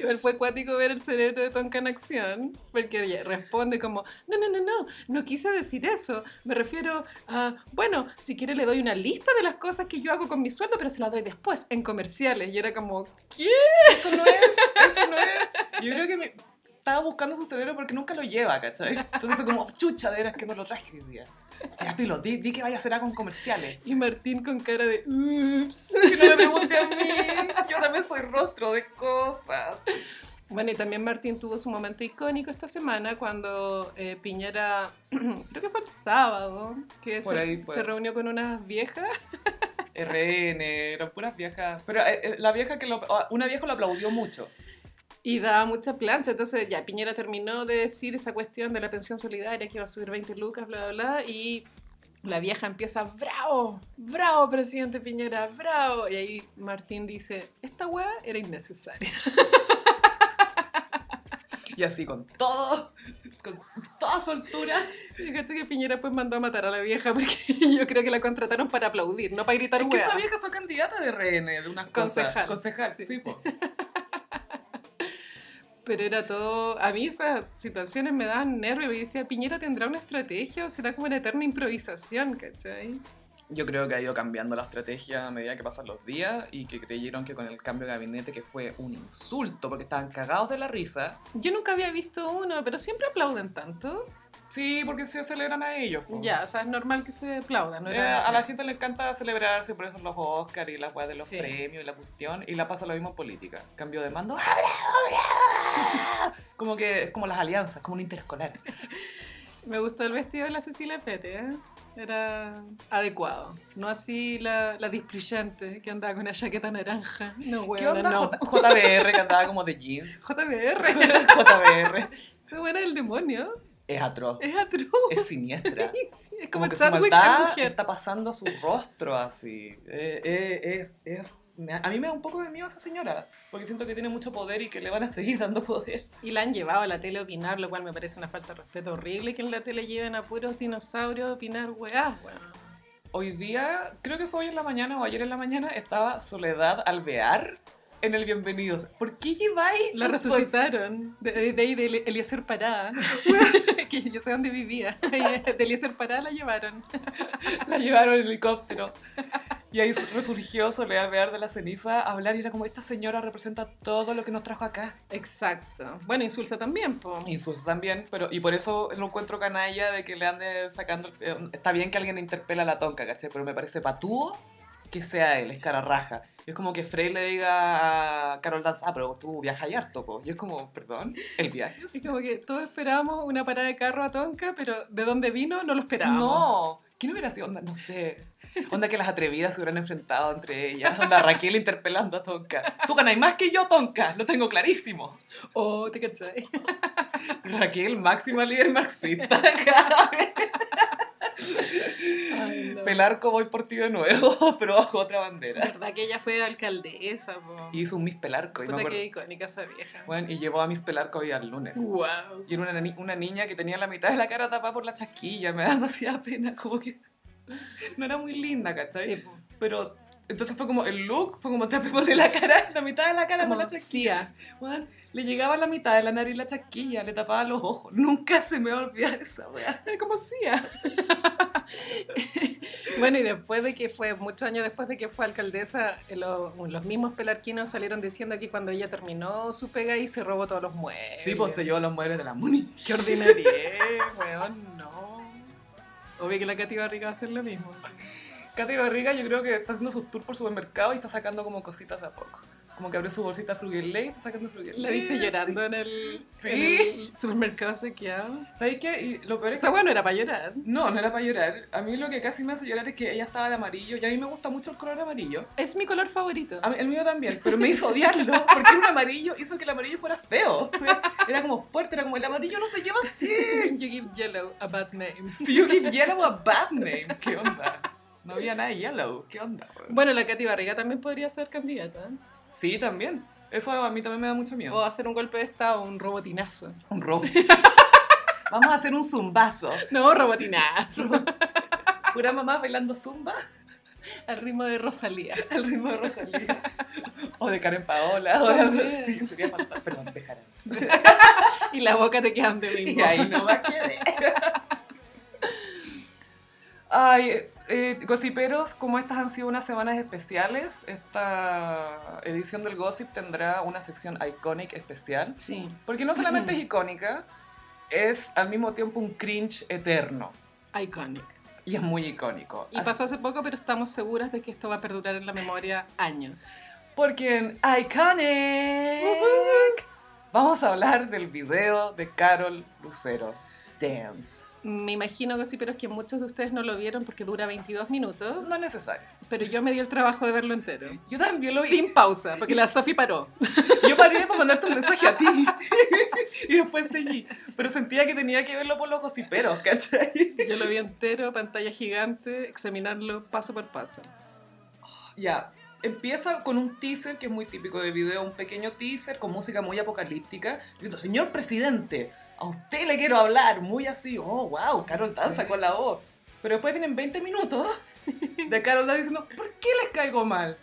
Speaker 2: igual fue cuático ver el cerebro de Tonka en acción, porque ella responde como, no, no, no, no, no quise decir eso. Me refiero a, bueno, si quiere le doy una lista de las cosas que yo hago con mi sueldo, pero se las doy después, en comerciales. Y era como, ¿qué?
Speaker 1: Eso no es, eso no es. Yo creo que me- estaba buscando su cerebro porque nunca lo lleva, ¿cachai? Entonces fue como, chucha, de veras que no lo traje hoy día. Ya, filo, di, di que vaya a hacer algo con comerciales.
Speaker 2: Y Martín con cara de, ups. [laughs]
Speaker 1: Que no me pregunte a mí, yo también soy rostro de cosas.
Speaker 2: Bueno, y también Martín tuvo su momento icónico esta semana cuando eh, Piñera, [clears throat] creo que fue el sábado, que
Speaker 1: Por ahí
Speaker 2: se,
Speaker 1: fue.
Speaker 2: se reunió con unas viejas.
Speaker 1: RN, eran puras viejas. Pero eh, eh, la vieja que lo... Una vieja lo aplaudió mucho.
Speaker 2: Y daba mucha plancha, entonces ya Piñera terminó de decir esa cuestión de la pensión solidaria que iba a subir 20 lucas, bla, bla, bla, y la vieja empieza, bravo, bravo, presidente Piñera, bravo. Y ahí Martín dice, esta hueá era innecesaria. [laughs]
Speaker 1: Y así con todo, con toda soltura.
Speaker 2: Yo cacho que Piñera pues mandó a matar a la vieja porque [laughs] yo creo que la contrataron para aplaudir, no para gritar
Speaker 1: Es que esa
Speaker 2: hueá.
Speaker 1: vieja fue candidata de RN, de unas cosas.
Speaker 2: Concejal.
Speaker 1: Concejal,
Speaker 2: Sí.
Speaker 1: sí, po.
Speaker 2: Pero era todo, a mí esas situaciones me daban nervios y decía, Piñera tendrá una estrategia o será como una eterna improvisación, ¿cachai?
Speaker 1: Yo creo que ha ido cambiando la estrategia a medida que pasan los días y que creyeron que con el cambio de gabinete, que fue un insulto, porque estaban cagados de la risa.
Speaker 2: Yo nunca había visto uno, pero siempre aplauden tanto.
Speaker 1: Sí, porque se celebran a ellos. po.
Speaker 2: Ya, o sea, es normal que se aplaudan. ¿no?
Speaker 1: Oh. Eh,
Speaker 2: Era-
Speaker 1: a la gente le encanta celebrarse, por eso los Oscars y las weas de los
Speaker 2: Sí.
Speaker 1: premios y la cuestión. Y la pasa lo mismo en política. Cambio de mando. ¡Ah,
Speaker 2: [laughs]
Speaker 1: bravo, bravo! Como que es como las alianzas, como un interescolar.
Speaker 2: Me gustó el vestido de la Cecilia Pérez, ¿eh? Era adecuado. No así la, la disprillante que andaba con una jaqueta naranja. No,
Speaker 1: ¿Qué
Speaker 2: huevona,
Speaker 1: onda
Speaker 2: no.
Speaker 1: J- JBR que andaba como de
Speaker 2: [laughs]
Speaker 1: jeans?
Speaker 2: JBR.
Speaker 1: JBR.
Speaker 2: Esa buena del demonio.
Speaker 1: Es atroz,
Speaker 2: Es atroz.
Speaker 1: es siniestra.
Speaker 2: Sí, Es
Speaker 1: como
Speaker 2: como
Speaker 1: que su
Speaker 2: Chadwick en
Speaker 1: maldad
Speaker 2: mujer.
Speaker 1: está pasando a su rostro así. Eh, eh, eh, eh, me- a mí me da un poco de miedo esa señora, porque siento que tiene mucho poder y que le van a seguir [laughs] dando poder.
Speaker 2: Y la han llevado a la tele a opinar, lo cual me parece una falta de respeto horrible que en la tele lleven a puros dinosaurios a opinar weá, weón.
Speaker 1: Hoy día, creo que fue hoy en la mañana o ayer en la mañana, estaba Soledad Alvear en el Bienvenidos. ¿Por qué lleváis?
Speaker 2: La
Speaker 1: los-
Speaker 2: resucitaron. De, de, de ahí de Eli- Eliezer Parada. que yo sé dónde vivía. [laughs] De Eliezer Parada la llevaron.
Speaker 1: [laughs] La llevaron en helicóptero. Y ahí resurgió Soledad Alvear de la ceniza a hablar y era como, esta señora representa todo lo que nos trajo acá.
Speaker 2: Exacto. Bueno, insulsa también, po.
Speaker 1: Insultos también, pero y por eso lo encuentro canalla de que le ande sacando. eh, está bien que alguien interpela a la tonca, ¿cachai? Pero me parece patúo que sea él, es cara raja. Y es como que Frey le diga a Carol Dance, ah, pero tú viajas y harto, po. Y es como, perdón, el viaje.
Speaker 2: Es como que todos esperábamos una parada de carro a Tonka, pero de dónde vino no lo esperábamos.
Speaker 1: No, ¿quién hubiera sido? Onda, no sé. Onda que las atrevidas se hubieran enfrentado entre ellas. Onda Raquel interpelando a Tonka. Tú ganas más que yo, Tonka, lo tengo clarísimo.
Speaker 2: Oh,
Speaker 1: [laughs]
Speaker 2: te cachai.
Speaker 1: Raquel, máxima líder marxista. [laughs] Cada vez.
Speaker 2: Ay, no.
Speaker 1: Pelarco, voy por ti de nuevo, [laughs] pero bajo otra bandera.
Speaker 2: verdad que ella fue alcaldesa, po.
Speaker 1: Y hizo un Miss Pelarco, y, me
Speaker 2: Puta
Speaker 1: acuerdo-
Speaker 2: que icónica esa vieja.
Speaker 1: Bueno, y llevó a Miss Pelarco hoy al lunes.
Speaker 2: Wow.
Speaker 1: Y era una, ni- una niña que tenía la mitad de la cara tapada por la chasquilla, me da [laughs] demasiada pena, como que no era muy linda, ¿cachai?
Speaker 2: Sí, po.
Speaker 1: Pero entonces fue como el look, fue como te [laughs] pone la cara, la mitad de la cara
Speaker 2: Como
Speaker 1: con la chasquilla.
Speaker 2: CIA.
Speaker 1: Weón, le llegaba la mitad de la nariz la chasquilla, le tapaba los ojos. Nunca se me va a olvidar esa weá.
Speaker 2: Era como CIA. [laughs] bueno, y después de que fue, muchos años después de que fue alcaldesa, eh, lo- los mismos pelarquinos salieron diciendo que cuando ella terminó su pega y se robó todos los muebles.
Speaker 1: Sí, pues se llevó los muebles de la Muni.
Speaker 2: Qué
Speaker 1: [laughs]
Speaker 2: ordinaria, weón, no. Obvio que la Katy Barriga va a hacer lo mismo.
Speaker 1: Katy Barriga yo creo que está haciendo sus tours por supermercado y está sacando como cositas de a poco. Como que abrió su bolsita Frugelé y está sacando Frugelé.
Speaker 2: La viste llorando en el,
Speaker 1: Sí.
Speaker 2: en el supermercado sequeado.
Speaker 1: ¿Sabéis qué? Y lo peor es
Speaker 2: Esa
Speaker 1: que...
Speaker 2: weón no era para llorar.
Speaker 1: No, no era para llorar. A mí lo que casi me hace llorar es que ella estaba de amarillo y a mí me gusta mucho el color amarillo.
Speaker 2: Es mi color favorito.
Speaker 1: A mí- el mío también, pero me hizo odiarlo porque era un amarillo, hizo que el amarillo fuera feo. [laughs] Era como fuerte, era como el amarillo no se lleva así.
Speaker 2: [laughs] You give yellow a bad name.
Speaker 1: Si you give yellow a bad name, ¿qué onda? No había nada de yellow, ¿qué onda? weón?
Speaker 2: Bueno, la Katy Barriga también podría ser candidata.
Speaker 1: Sí, también. Eso a mí también me da mucho miedo.
Speaker 2: O hacer un golpe de estado, un robotinazo.
Speaker 1: Un [laughs] robo. Vamos a hacer un zumbazo. [laughs]
Speaker 2: No, robotinazo.
Speaker 1: Pura mamá bailando zumba
Speaker 2: Al ritmo de Rosalía.
Speaker 1: al ritmo de Rosalía. [laughs] O de Karen Paola o de algo así. Sería fantástico. Perdón, de Karen.
Speaker 2: Y la boca te queda ante mismo.
Speaker 1: Y ahí no más quedé. [laughs] Ay, eh, gossiperos, como estas han sido unas semanas especiales, esta edición del Gossip tendrá una sección iconic especial.
Speaker 2: Sí.
Speaker 1: Porque no solamente es
Speaker 2: Ujú.
Speaker 1: icónica, es al mismo tiempo un cringe eterno.
Speaker 2: Iconic.
Speaker 1: Y es muy icónico.
Speaker 2: Y
Speaker 1: Así-
Speaker 2: pasó hace poco, pero estamos seguras de que esto va a perdurar en la memoria años.
Speaker 1: Porque en Iconic vamos a hablar del video de Carol Lucero Dance.
Speaker 2: Me imagino que sí, pero es que muchos de ustedes no lo vieron porque dura 22 minutos,
Speaker 1: No es necesario.
Speaker 2: pero yo me di el trabajo de verlo entero.
Speaker 1: Yo también lo vi.
Speaker 2: Sin pausa, porque la Sofi paró.
Speaker 1: Yo paré para mandarte un mensaje a ti. y después seguí. Pero sentía que tenía que verlo por los gossiperos, ¿cachai?
Speaker 2: Yo lo vi entero, pantalla gigante, examinarlo paso por paso.
Speaker 1: Ya, empieza con un teaser que es muy típico de video, un pequeño teaser con música muy apocalíptica, diciendo, señor presidente, a usted le quiero hablar, muy así, oh, wow, Carol danza
Speaker 2: Sí.
Speaker 1: con la voz. Pero después tienen 20 minutos de Carol Dance diciendo, ¿por qué les caigo mal?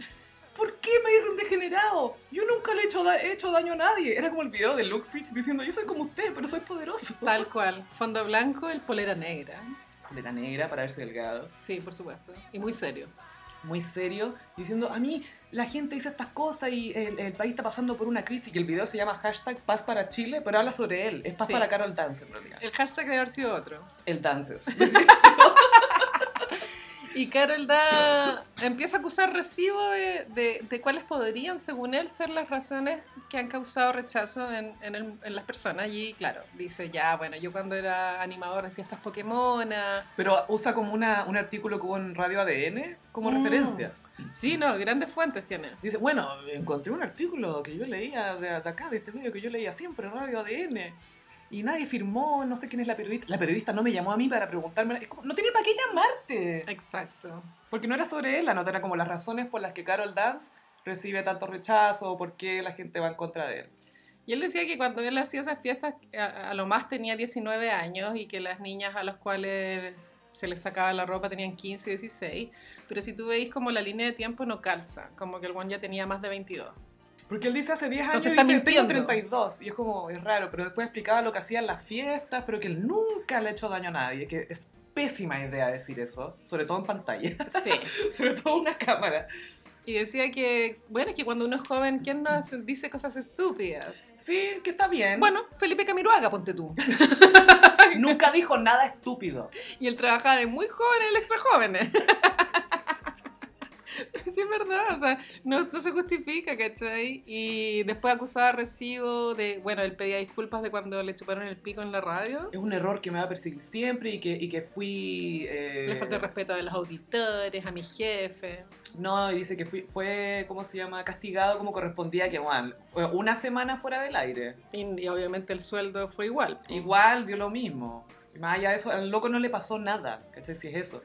Speaker 1: ¿Por qué me dicen degenerado? Yo nunca le he hecho, da- he hecho daño a nadie. Era como el video de Luke Fitch diciendo, yo soy como usted, pero soy poderoso.
Speaker 2: Tal cual, fondo blanco, el polera negra.
Speaker 1: Polera negra para verse delgado.
Speaker 2: Sí, por supuesto. Y muy serio.
Speaker 1: muy serio, diciendo, a mí la gente dice estas cosas y el, el país está pasando por una crisis, y el video se llama hashtag paz para Chile, pero habla sobre él, es paz
Speaker 2: Sí.
Speaker 1: para Carol Dance en realidad.
Speaker 2: El hashtag debe haber sido otro.
Speaker 1: El Dances. [laughs]
Speaker 2: Y Carol da, empieza a acusar recibo de, de- de cuáles podrían, según él, ser las razones que han causado rechazo en, en el- en las personas. Y claro, dice, ya, bueno, yo cuando era animador de fiestas Pokémona.
Speaker 1: pero usa como una, un artículo que hubo en Radio ADN como
Speaker 2: Mm.
Speaker 1: referencia.
Speaker 2: Sí, no, grandes fuentes tiene.
Speaker 1: Dice, bueno, encontré un artículo que yo leía de, de acá, de este medio que yo leía siempre, Radio ADN. Y nadie firmó, no sé quién es la periodista. La periodista no me llamó a mí para preguntarme. Es como, no tenía para qué llamarte.
Speaker 2: Exacto.
Speaker 1: Porque no era sobre él, la nota era como las razones por las que Carol Dance recibe tanto rechazo o por qué la gente va en contra de él.
Speaker 2: Y él decía que cuando él hacía esas fiestas, a, a lo más tenía 19 años y que las niñas a las cuales se les sacaba la ropa tenían 15 o 16. Pero si tú veis como la línea de tiempo no calza, como que el one ya tenía más de 22.
Speaker 1: Porque él dice hace 10 años
Speaker 2: Entonces
Speaker 1: y
Speaker 2: está
Speaker 1: dice, tengo
Speaker 2: mintiendo".
Speaker 1: 32. Y es como, es raro, pero después explicaba lo que hacían las fiestas, pero que él nunca le ha hecho daño a nadie, que es pésima idea decir eso, sobre todo en pantalla, [laughs]
Speaker 2: Sí.
Speaker 1: sobre todo en una cámara.
Speaker 2: [laughs] Y decía que, bueno, es que cuando uno es joven, ¿quién no hace- dice cosas estúpidas?
Speaker 1: Sí, que está bien.
Speaker 2: Bueno, [laughs] Felipe Camiroaga, ponte tú.
Speaker 1: Nunca dijo nada estúpido.
Speaker 2: Y él trabajaba de muy joven [laughs] en el extra jóvenes. Sí, es verdad, o sea, no, no se justifica, ¿cachai? Y después acusaba a Recibo de, bueno, él pedía disculpas de cuando le chuparon el pico en la radio.
Speaker 1: Es un error que me va a perseguir siempre y que, y que fui... eh,
Speaker 2: Le faltó el respeto a los auditores, a mi jefe.
Speaker 1: No, y dice que fui- fue, ¿cómo se llama? Castigado como correspondía que, bueno, fue una semana fuera del aire.
Speaker 2: Y, y obviamente el sueldo fue igual.
Speaker 1: Igual dio lo mismo. Y Más allá de eso, al loco no le pasó nada, ¿cachai? Si es eso.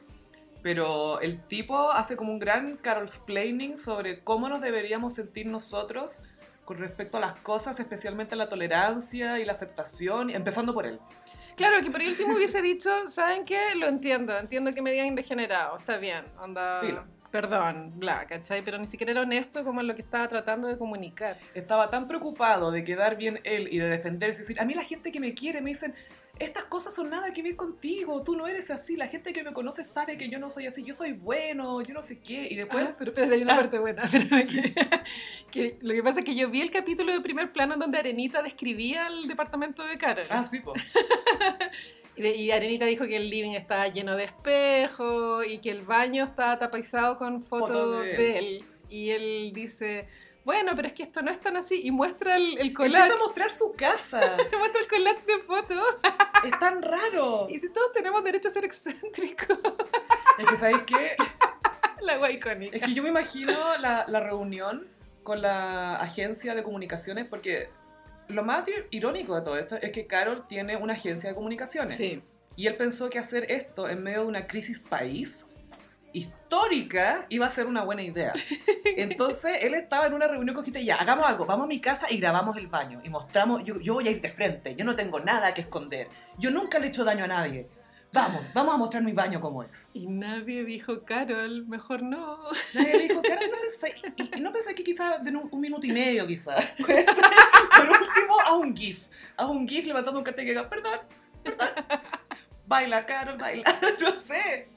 Speaker 1: Pero el tipo hace como un gran carolsplaining sobre cómo nos deberíamos sentir nosotros con respecto a las cosas, especialmente la tolerancia y la aceptación, empezando por él.
Speaker 2: Claro, que por último hubiese dicho, ¿saben qué? Lo entiendo, entiendo que me digan degenerado, está bien, onda...
Speaker 1: Filo.
Speaker 2: Perdón, bla, ¿cachai? Pero ni siquiera era honesto como en lo que estaba tratando de comunicar.
Speaker 1: Estaba tan preocupado de quedar bien él y de defenderse. Es decir, a mí la gente que me quiere me dicen, estas cosas son nada que ver contigo, tú no eres así, la gente que me conoce sabe que yo no soy así, yo soy bueno, yo no sé qué. Y después,
Speaker 2: Ah, pero espérate, hay una parte buena. [laughs] espérame que, que lo que pasa es que yo vi el capítulo de primer plano en donde Arenita describía el departamento de Carol.
Speaker 1: [laughs] ah, sí,
Speaker 2: [laughs]
Speaker 1: po.
Speaker 2: Y, de- y Arenita dijo que el living estaba lleno de espejos y que el baño estaba tapizado con fotos
Speaker 1: Fotos de
Speaker 2: de,
Speaker 1: él.
Speaker 2: él. Y él dice, bueno, pero es que esto no es tan así. Y muestra el, el collage. [laughs]
Speaker 1: Empieza a mostrar su casa.
Speaker 2: Muestra el collage de fotos.
Speaker 1: es tan raro.
Speaker 2: Y si todos tenemos derecho a ser excéntricos. [laughs]
Speaker 1: Es que, ¿sabéis qué?
Speaker 2: La wea icónica.
Speaker 1: Es que yo me imagino la, la reunión con la agencia de comunicaciones, porque lo más ir- irónico de todo esto es que Carol tiene una agencia de comunicaciones.
Speaker 2: Sí.
Speaker 1: Y él pensó que hacer esto en medio de una crisis país histórica iba a ser una buena idea. Entonces él estaba en una reunión con gente, ya, hagamos algo, vamos a mi casa y grabamos el baño. Y mostramos, yo, yo voy a ir de frente, yo no tengo nada que esconder. Yo nunca le he hecho daño a nadie. Vamos, vamos a mostrar mi baño como es.
Speaker 2: Y nadie dijo, Carol, mejor no.
Speaker 1: Nadie le dijo, Carol, no pensé, y- y no pensé que quizás de un, un minuto y medio, quizás. [laughs] Puede ser. Por último, a un GIF. A un GIF levantando un cartel que diga, perdón, perdón. Baila, Carol, baila. [laughs] No sé.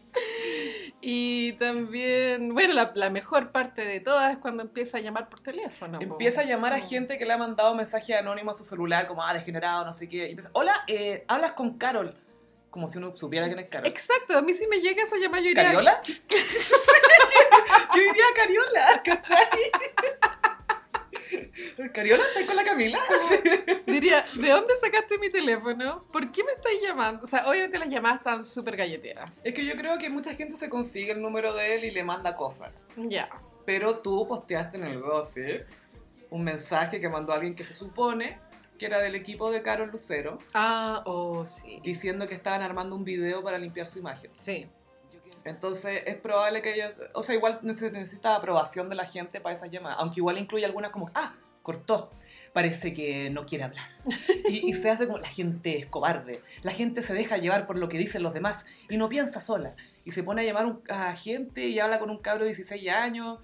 Speaker 2: Y también, bueno, la, la mejor parte de todas es cuando empieza a llamar por teléfono. po.
Speaker 1: Empieza a llamar a
Speaker 2: Mm.
Speaker 1: gente que le ha mandado mensaje anónimo a su celular, como, ah, degenerado, no sé qué. Y empieza, hola, eh, hablas con Carol. Como si uno supiera quién es Carol.
Speaker 2: Exacto, a mí si me llega esa llamada yo diría,
Speaker 1: ¿Cariola? [laughs] yo diría Cariola, ¿cachai? [laughs] Cariola, ¿estás con la Camila?
Speaker 2: [laughs] Diría, ¿de dónde sacaste mi teléfono? ¿Por qué me estáis llamando? O sea, obviamente las llamadas están súper galleteras.
Speaker 1: Es que yo creo que mucha gente se consigue el número de él y le manda cosas.
Speaker 2: Ya.
Speaker 1: Pero tú posteaste en el gossip un mensaje que mandó alguien que se supone que era del equipo de Carol Lucero,
Speaker 2: Ah, oh, sí.
Speaker 1: diciendo que estaban armando un video para limpiar su imagen.
Speaker 2: Sí.
Speaker 1: Entonces es probable que ella, o sea, igual nece- necesita aprobación de la gente para esas llamadas, aunque igual incluye algunas como, ah, cortó, parece que no quiere hablar. Y, y se hace como, la gente es cobarde, la gente se deja llevar por lo que dicen los demás y no piensa sola. Y se pone a llamar un- a gente y habla con un cabro de 16 años.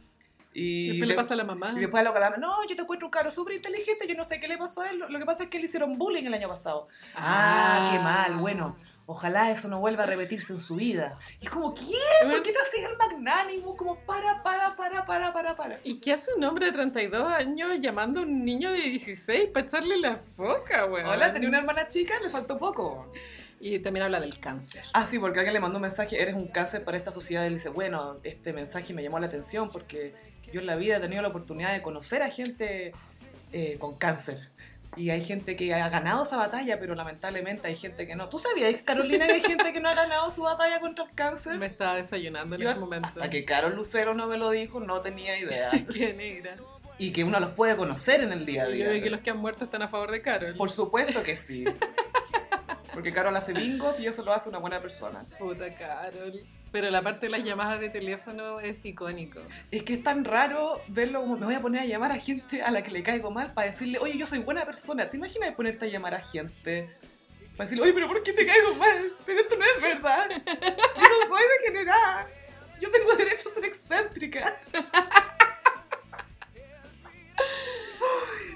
Speaker 1: Y
Speaker 2: Después le
Speaker 1: de-
Speaker 2: pasa a la mamá.
Speaker 1: y después a lo que la no, yo te encuentro un cabro súper inteligente, yo no sé qué le pasó a él, lo, lo que pasa es que le hicieron bullying el año pasado. Ah, qué mal, bueno. Ojalá eso no vuelva a repetirse en su vida. Y es como, ¿qué? ¿Por qué te haces el magnánimo? Como, para, para, para, para, para, para.
Speaker 2: ¿Y qué hace un hombre de 32 años llamando a un niño de 16 para echarle la foca, weón?
Speaker 1: Hola, tenía una hermana chica, le faltó poco.
Speaker 2: Y también habla del cáncer.
Speaker 1: Ah, sí, porque alguien le mandó un mensaje, eres un cáncer para esta sociedad. Y él dice, bueno, este mensaje me llamó la atención porque yo en la vida he tenido la oportunidad de conocer a gente eh, con cáncer. Y hay gente que ha ganado esa batalla, pero lamentablemente hay gente que no. ¿Tú sabías, Carolina, que hay gente que no ha ganado su batalla contra el
Speaker 2: Me
Speaker 1: cáncer?
Speaker 2: estaba desayunando en
Speaker 1: Yo
Speaker 2: ese momento.
Speaker 1: Hasta que Carol Lucero no me lo dijo, no tenía idea.
Speaker 2: [laughs] Qué negra.
Speaker 1: y que uno los puede conocer en el día a
Speaker 2: Yo creo que
Speaker 1: día.
Speaker 2: los que han muerto están a favor de Carol.
Speaker 1: Por supuesto que sí. Porque Carol hace bingos y eso lo hace una buena persona.
Speaker 2: Puta Carol. Pero la parte de las llamadas de teléfono es icónico.
Speaker 1: Es que es tan raro verlo como me voy a poner a llamar a gente a la que le caigo mal para decirle, oye, yo soy buena persona. ¿Te imaginas ponerte a llamar a gente? Para decirle, oye, pero ¿por qué te caigo mal? Pero esto no es verdad. Yo no soy degenerada. Yo tengo derecho a ser excéntrica. [laughs]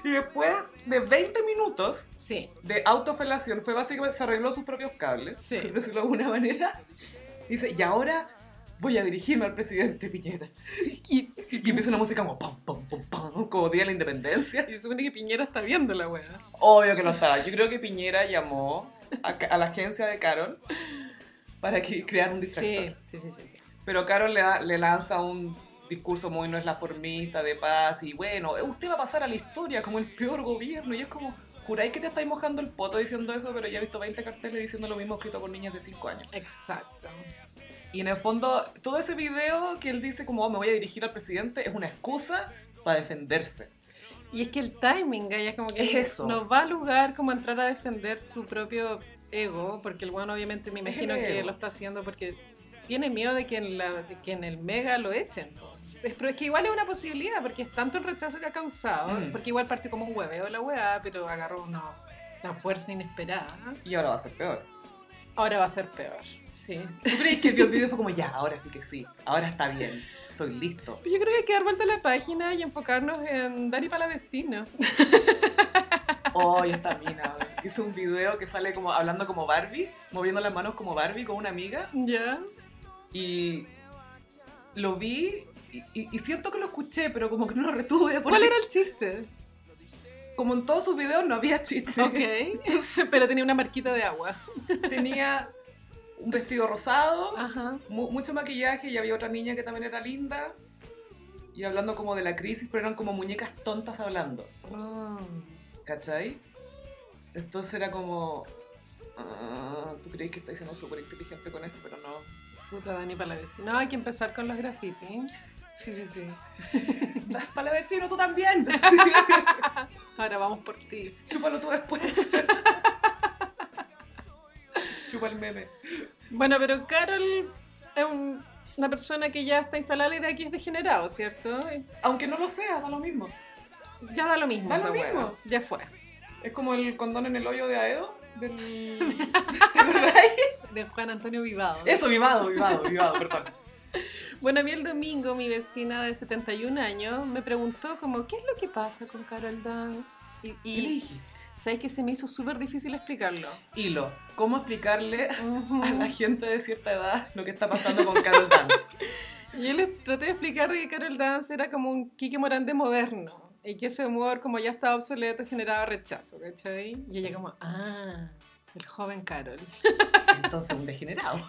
Speaker 1: Y después de 20 minutos,
Speaker 2: Sí.
Speaker 1: de autofelación fue básicamente se arregló sus propios cables,
Speaker 2: Sí.
Speaker 1: por decirlo de alguna [laughs] manera. Dice, y ahora voy a dirigirme al presidente Piñera. Y, y empieza una música como pam, pam, pam, pam, como Día de la Independencia.
Speaker 2: Y se supone que Piñera está viendo la weá.
Speaker 1: Obvio que lo estaba. Yo creo que Piñera llamó a, ca- a la agencia de Carol para que crear un distractor.
Speaker 2: Sí, sí, sí, sí, sí.
Speaker 1: Pero Carol le, da- le lanza un discurso muy no es la formista de paz y bueno, eh, usted va a pasar a la historia como el peor gobierno y es como, juráis que te estáis mojando el poto diciendo eso, pero ya he visto 20 carteles diciendo lo mismo escrito por niñas de 5 años.
Speaker 2: Exacto.
Speaker 1: Y en el fondo, todo ese video que él dice como "Oh, me voy a dirigir al presidente es una excusa para defenderse.
Speaker 2: Y es que el timing, Gaya, como que
Speaker 1: Es eso.
Speaker 2: nos va a lugar como a entrar a defender tu propio ego, porque el bueno obviamente me
Speaker 1: Es el
Speaker 2: imagino que
Speaker 1: ego.
Speaker 2: lo está haciendo porque tiene miedo de que en, la, de que en el mega lo echen. Es- Pero es que igual es una posibilidad, porque es tanto el rechazo que ha causado,
Speaker 1: Mm.
Speaker 2: porque igual partió como un hueveo la weá, pero agarró una, una fuerza inesperada.
Speaker 1: Y ahora va a ser peor.
Speaker 2: Ahora va a ser peor, sí.
Speaker 1: ¿Tú crees que vio el video y fue como ya, ahora sí que sí, ahora está bien, estoy listo?
Speaker 2: Yo creo que hay que dar vuelta a la página y enfocarnos en Dani para la vecina.
Speaker 1: Oh, ya está mina. wey. Hizo un video que sale como hablando como Barbie, moviendo las manos como Barbie con una amiga
Speaker 2: ¿Ya?
Speaker 1: y lo vi y, y- y siento que lo escuché, pero como que no lo retuve porque
Speaker 2: ¿Cuál era el chiste?
Speaker 1: como en todos sus videos no había chiste.
Speaker 2: Ok, pero tenía una marquita de agua.
Speaker 1: [laughs] Tenía un vestido rosado,
Speaker 2: Ajá.
Speaker 1: mu- mucho maquillaje y había otra niña que también era linda y hablando como de la crisis, pero eran como muñecas tontas hablando,
Speaker 2: Oh,
Speaker 1: ¿cachai? Entonces era como... ah, Tú crees que está siendo súper inteligente con esto, pero no. [laughs]
Speaker 2: puta Dani para la vecina. No, hay que empezar con los grafitis. Sí, sí, sí.
Speaker 1: Las palabras chino, tú también. [laughs]
Speaker 2: Ahora vamos por ti.
Speaker 1: Chúpalo tú [laughs] después. Chupa el meme.
Speaker 2: Bueno, pero Carol es un- una persona que ya está instalada la idea de que es degenerado, ¿cierto?
Speaker 1: Aunque no lo sea, da lo mismo.
Speaker 2: Ya da lo mismo.
Speaker 1: Da lo
Speaker 2: esa
Speaker 1: mismo.
Speaker 2: hueá. Ya fue.
Speaker 1: Es como el condón en el hoyo de Aedo. Del... [laughs] ¿Te acordáis?
Speaker 2: De Juan Antonio Vivado.
Speaker 1: Eso, vivado, vivado, vivado, perdón.
Speaker 2: Bueno, a mí el domingo mi vecina de 71 años me preguntó como, ¿qué es lo que pasa con Carol Dance? Y,
Speaker 1: ¿Qué le
Speaker 2: y
Speaker 1: dije?
Speaker 2: sabes que se me hizo súper difícil explicarlo.
Speaker 1: Hilo, ¿cómo explicarle
Speaker 2: Ujú.
Speaker 1: a la gente de cierta edad lo que está pasando con Carol Dance?
Speaker 2: Yo les traté de explicar de que Carol Dance era como un Kike Morán de moderno y que ese humor, como ya estaba obsoleto, generaba rechazo, ¿cachai? Y ella como, ah, el joven Carol. [laughs]
Speaker 1: Entonces, un degenerado.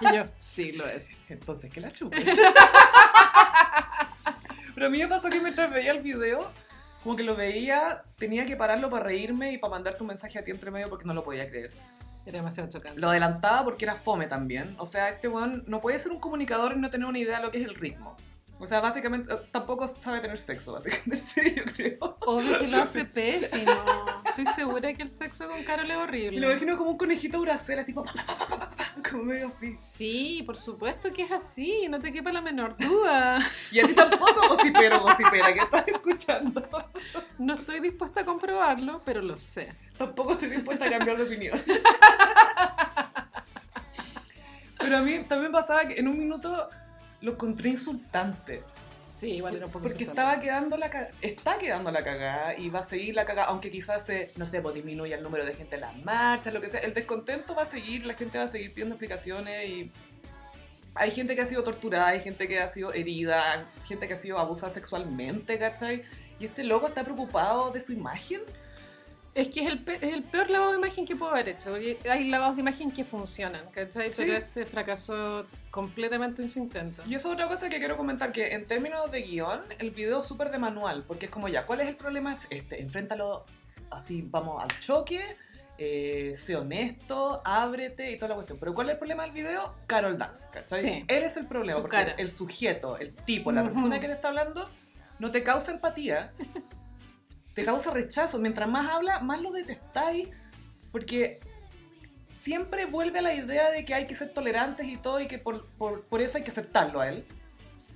Speaker 2: y yo, sí, lo es.
Speaker 1: Entonces, que la chupe. Pero a mí me pasó que mientras veía el video, como que lo veía, tenía que pararlo para reírme y para mandarte un mensaje a ti entre medio porque no lo podía creer.
Speaker 2: Era demasiado chocante.
Speaker 1: Lo adelantaba porque era fome también. O sea, este weón no puede ser un comunicador y no tener una idea de lo que es el ritmo. O sea, básicamente, eh, tampoco sabe tener sexo, básicamente, [laughs] yo creo.
Speaker 2: Obvio que lo hace pésimo. Estoy segura que el sexo con Carol es
Speaker 1: Y lo
Speaker 2: horrible.
Speaker 1: imagino como un conejito bracero, así como... pa, pa, pa, pa, pa, Como medio así.
Speaker 2: Sí, por supuesto que es así, no te quepa la menor duda.
Speaker 1: Y a ti tampoco, gocipero, gocipera, que estás escuchando.
Speaker 2: No estoy dispuesta a comprobarlo, pero lo sé.
Speaker 1: Tampoco estoy dispuesta a cambiar de opinión. Pero a mí también pasaba que en un minuto lo encontré insultante.
Speaker 2: Sí, igual era un poco
Speaker 1: Porque
Speaker 2: insultante.
Speaker 1: estaba quedando la cagada, está quedando la cagada y va a seguir la cagada, aunque quizás se, no sé, pues disminuya el número de gente en las marchas, lo que sea. El descontento va a seguir, la gente va a seguir pidiendo explicaciones y hay gente que ha sido torturada, hay gente que ha sido herida, gente que ha sido abusada sexualmente, ¿cachai? Y este loco está preocupado de su imagen.
Speaker 2: Es que es el, pe- es el peor lavado de imagen que puedo haber hecho, porque hay lavados de imagen que funcionan, ¿cachai?
Speaker 1: Sí.
Speaker 2: Pero este fracasó completamente en su intento.
Speaker 1: Y eso es otra cosa que quiero comentar, que en términos de guión, el video es súper de manual, porque es como ya, ¿cuál es el problema? Es este, enfréntalo así, vamos al choque, eh, sé honesto, ábrete y toda la cuestión. Pero ¿cuál es el problema del video? Carol Dance, ¿cachai?
Speaker 2: Sí.
Speaker 1: Él es el problema,
Speaker 2: Su
Speaker 1: porque
Speaker 2: cara.
Speaker 1: el sujeto, el tipo, pues la
Speaker 2: Ujú.
Speaker 1: persona que le está hablando, no te causa empatía, te causa rechazo. Mientras más habla, más lo detestáis, porque siempre vuelve a la idea de que hay que ser tolerantes y todo, y que por, por- por eso hay que aceptarlo a él.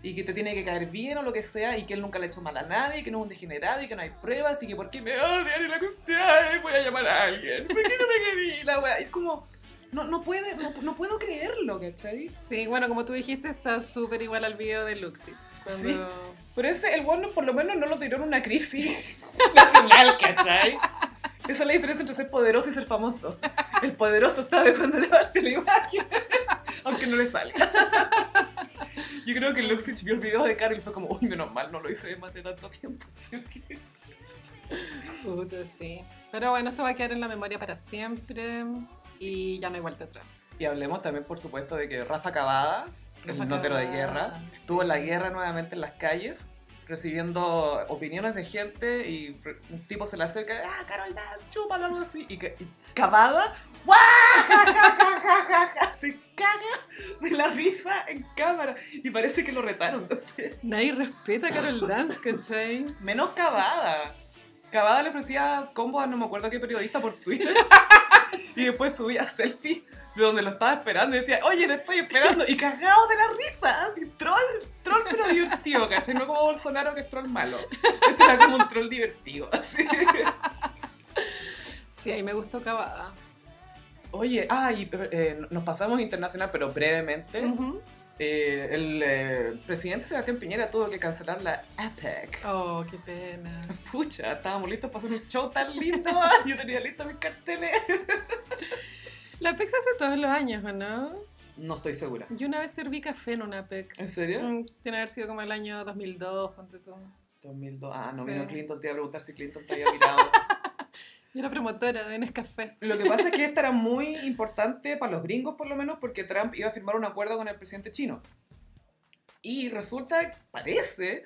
Speaker 1: Y que te tiene que caer bien o lo que sea, y que él nunca le ha hecho mal a nadie, y que no es un degenerado, y que no hay pruebas, y que por qué me odian y la cuestión, ay, voy a llamar a alguien, ¿por qué no me querí? La wea, es como, no, no, puede, no, no puedo creerlo, ¿cachai?
Speaker 2: Sí, bueno, como tú dijiste, está súper igual al video de Luxit. Cuando...
Speaker 1: Sí. Pero ese, el bueno por lo menos no lo tiró en una crisis [laughs] nacional, ¿cachai? Esa es la diferencia entre ser poderoso y ser famoso. El poderoso sabe cuándo elevarse la imagen, [laughs] aunque no le salga. Yo creo que Luxich vio el video de Carol y fue como, uy, menos mal, no lo hice más de tanto tiempo. [laughs]
Speaker 2: Puta, sí. Pero bueno, esto va a quedar en la memoria para siempre y ya no hay vuelta atrás.
Speaker 1: Y hablemos también, por supuesto, de que Rafa Cavada,
Speaker 2: Rafa
Speaker 1: el notero de
Speaker 2: Cavada,
Speaker 1: guerra,
Speaker 2: sí.
Speaker 1: estuvo en la guerra nuevamente en las calles, recibiendo opiniones de gente y re- un tipo se le acerca, ah, Carol Dance, chúpalo, algo así. Y, ca- y Cavada, ¡guau! [laughs] se caga de la risa en cámara. Y parece que lo retaron.
Speaker 2: Nadie respeta a Carol Dance, ¿cachai?
Speaker 1: Menos Cavada. Cavada le ofrecía combos a no me acuerdo qué periodista por Twitter. Y después subía selfie de donde lo estaba esperando y decía, oye, te estoy esperando. Y cagado de la risa, así, troll, troll pero divertido, ¿cachai? No como Bolsonaro que es troll malo. Este era como un troll divertido, así.
Speaker 2: Sí, ahí me gustó Cavada.
Speaker 1: Oye, ah, y eh, nos pasamos internacional, pero brevemente.
Speaker 2: Ujú.
Speaker 1: Eh, el eh, presidente Sebastián Piñera tuvo que cancelar la APEC.
Speaker 2: Oh, qué pena.
Speaker 1: Pucha, estábamos listos para hacer un show tan lindo. [laughs] Yo tenía listos mis carteles.
Speaker 2: La PEC se hace todos los años, ¿o no?
Speaker 1: No estoy segura.
Speaker 2: Yo una vez serví café en una PEC.
Speaker 1: ¿En serio?
Speaker 2: Mm, Tiene que haber sido como el año 2002, ponte tú.
Speaker 1: 2002. Ah, no
Speaker 2: Sí.
Speaker 1: vino Clinton. Te iba a preguntar si Clinton te había mirado.
Speaker 2: Yo era promotora de Nescafé.
Speaker 1: [laughs] Lo que pasa es que esta era muy importante para los gringos, por lo menos, porque Trump iba a firmar un acuerdo con el presidente chino. Y resulta, parece,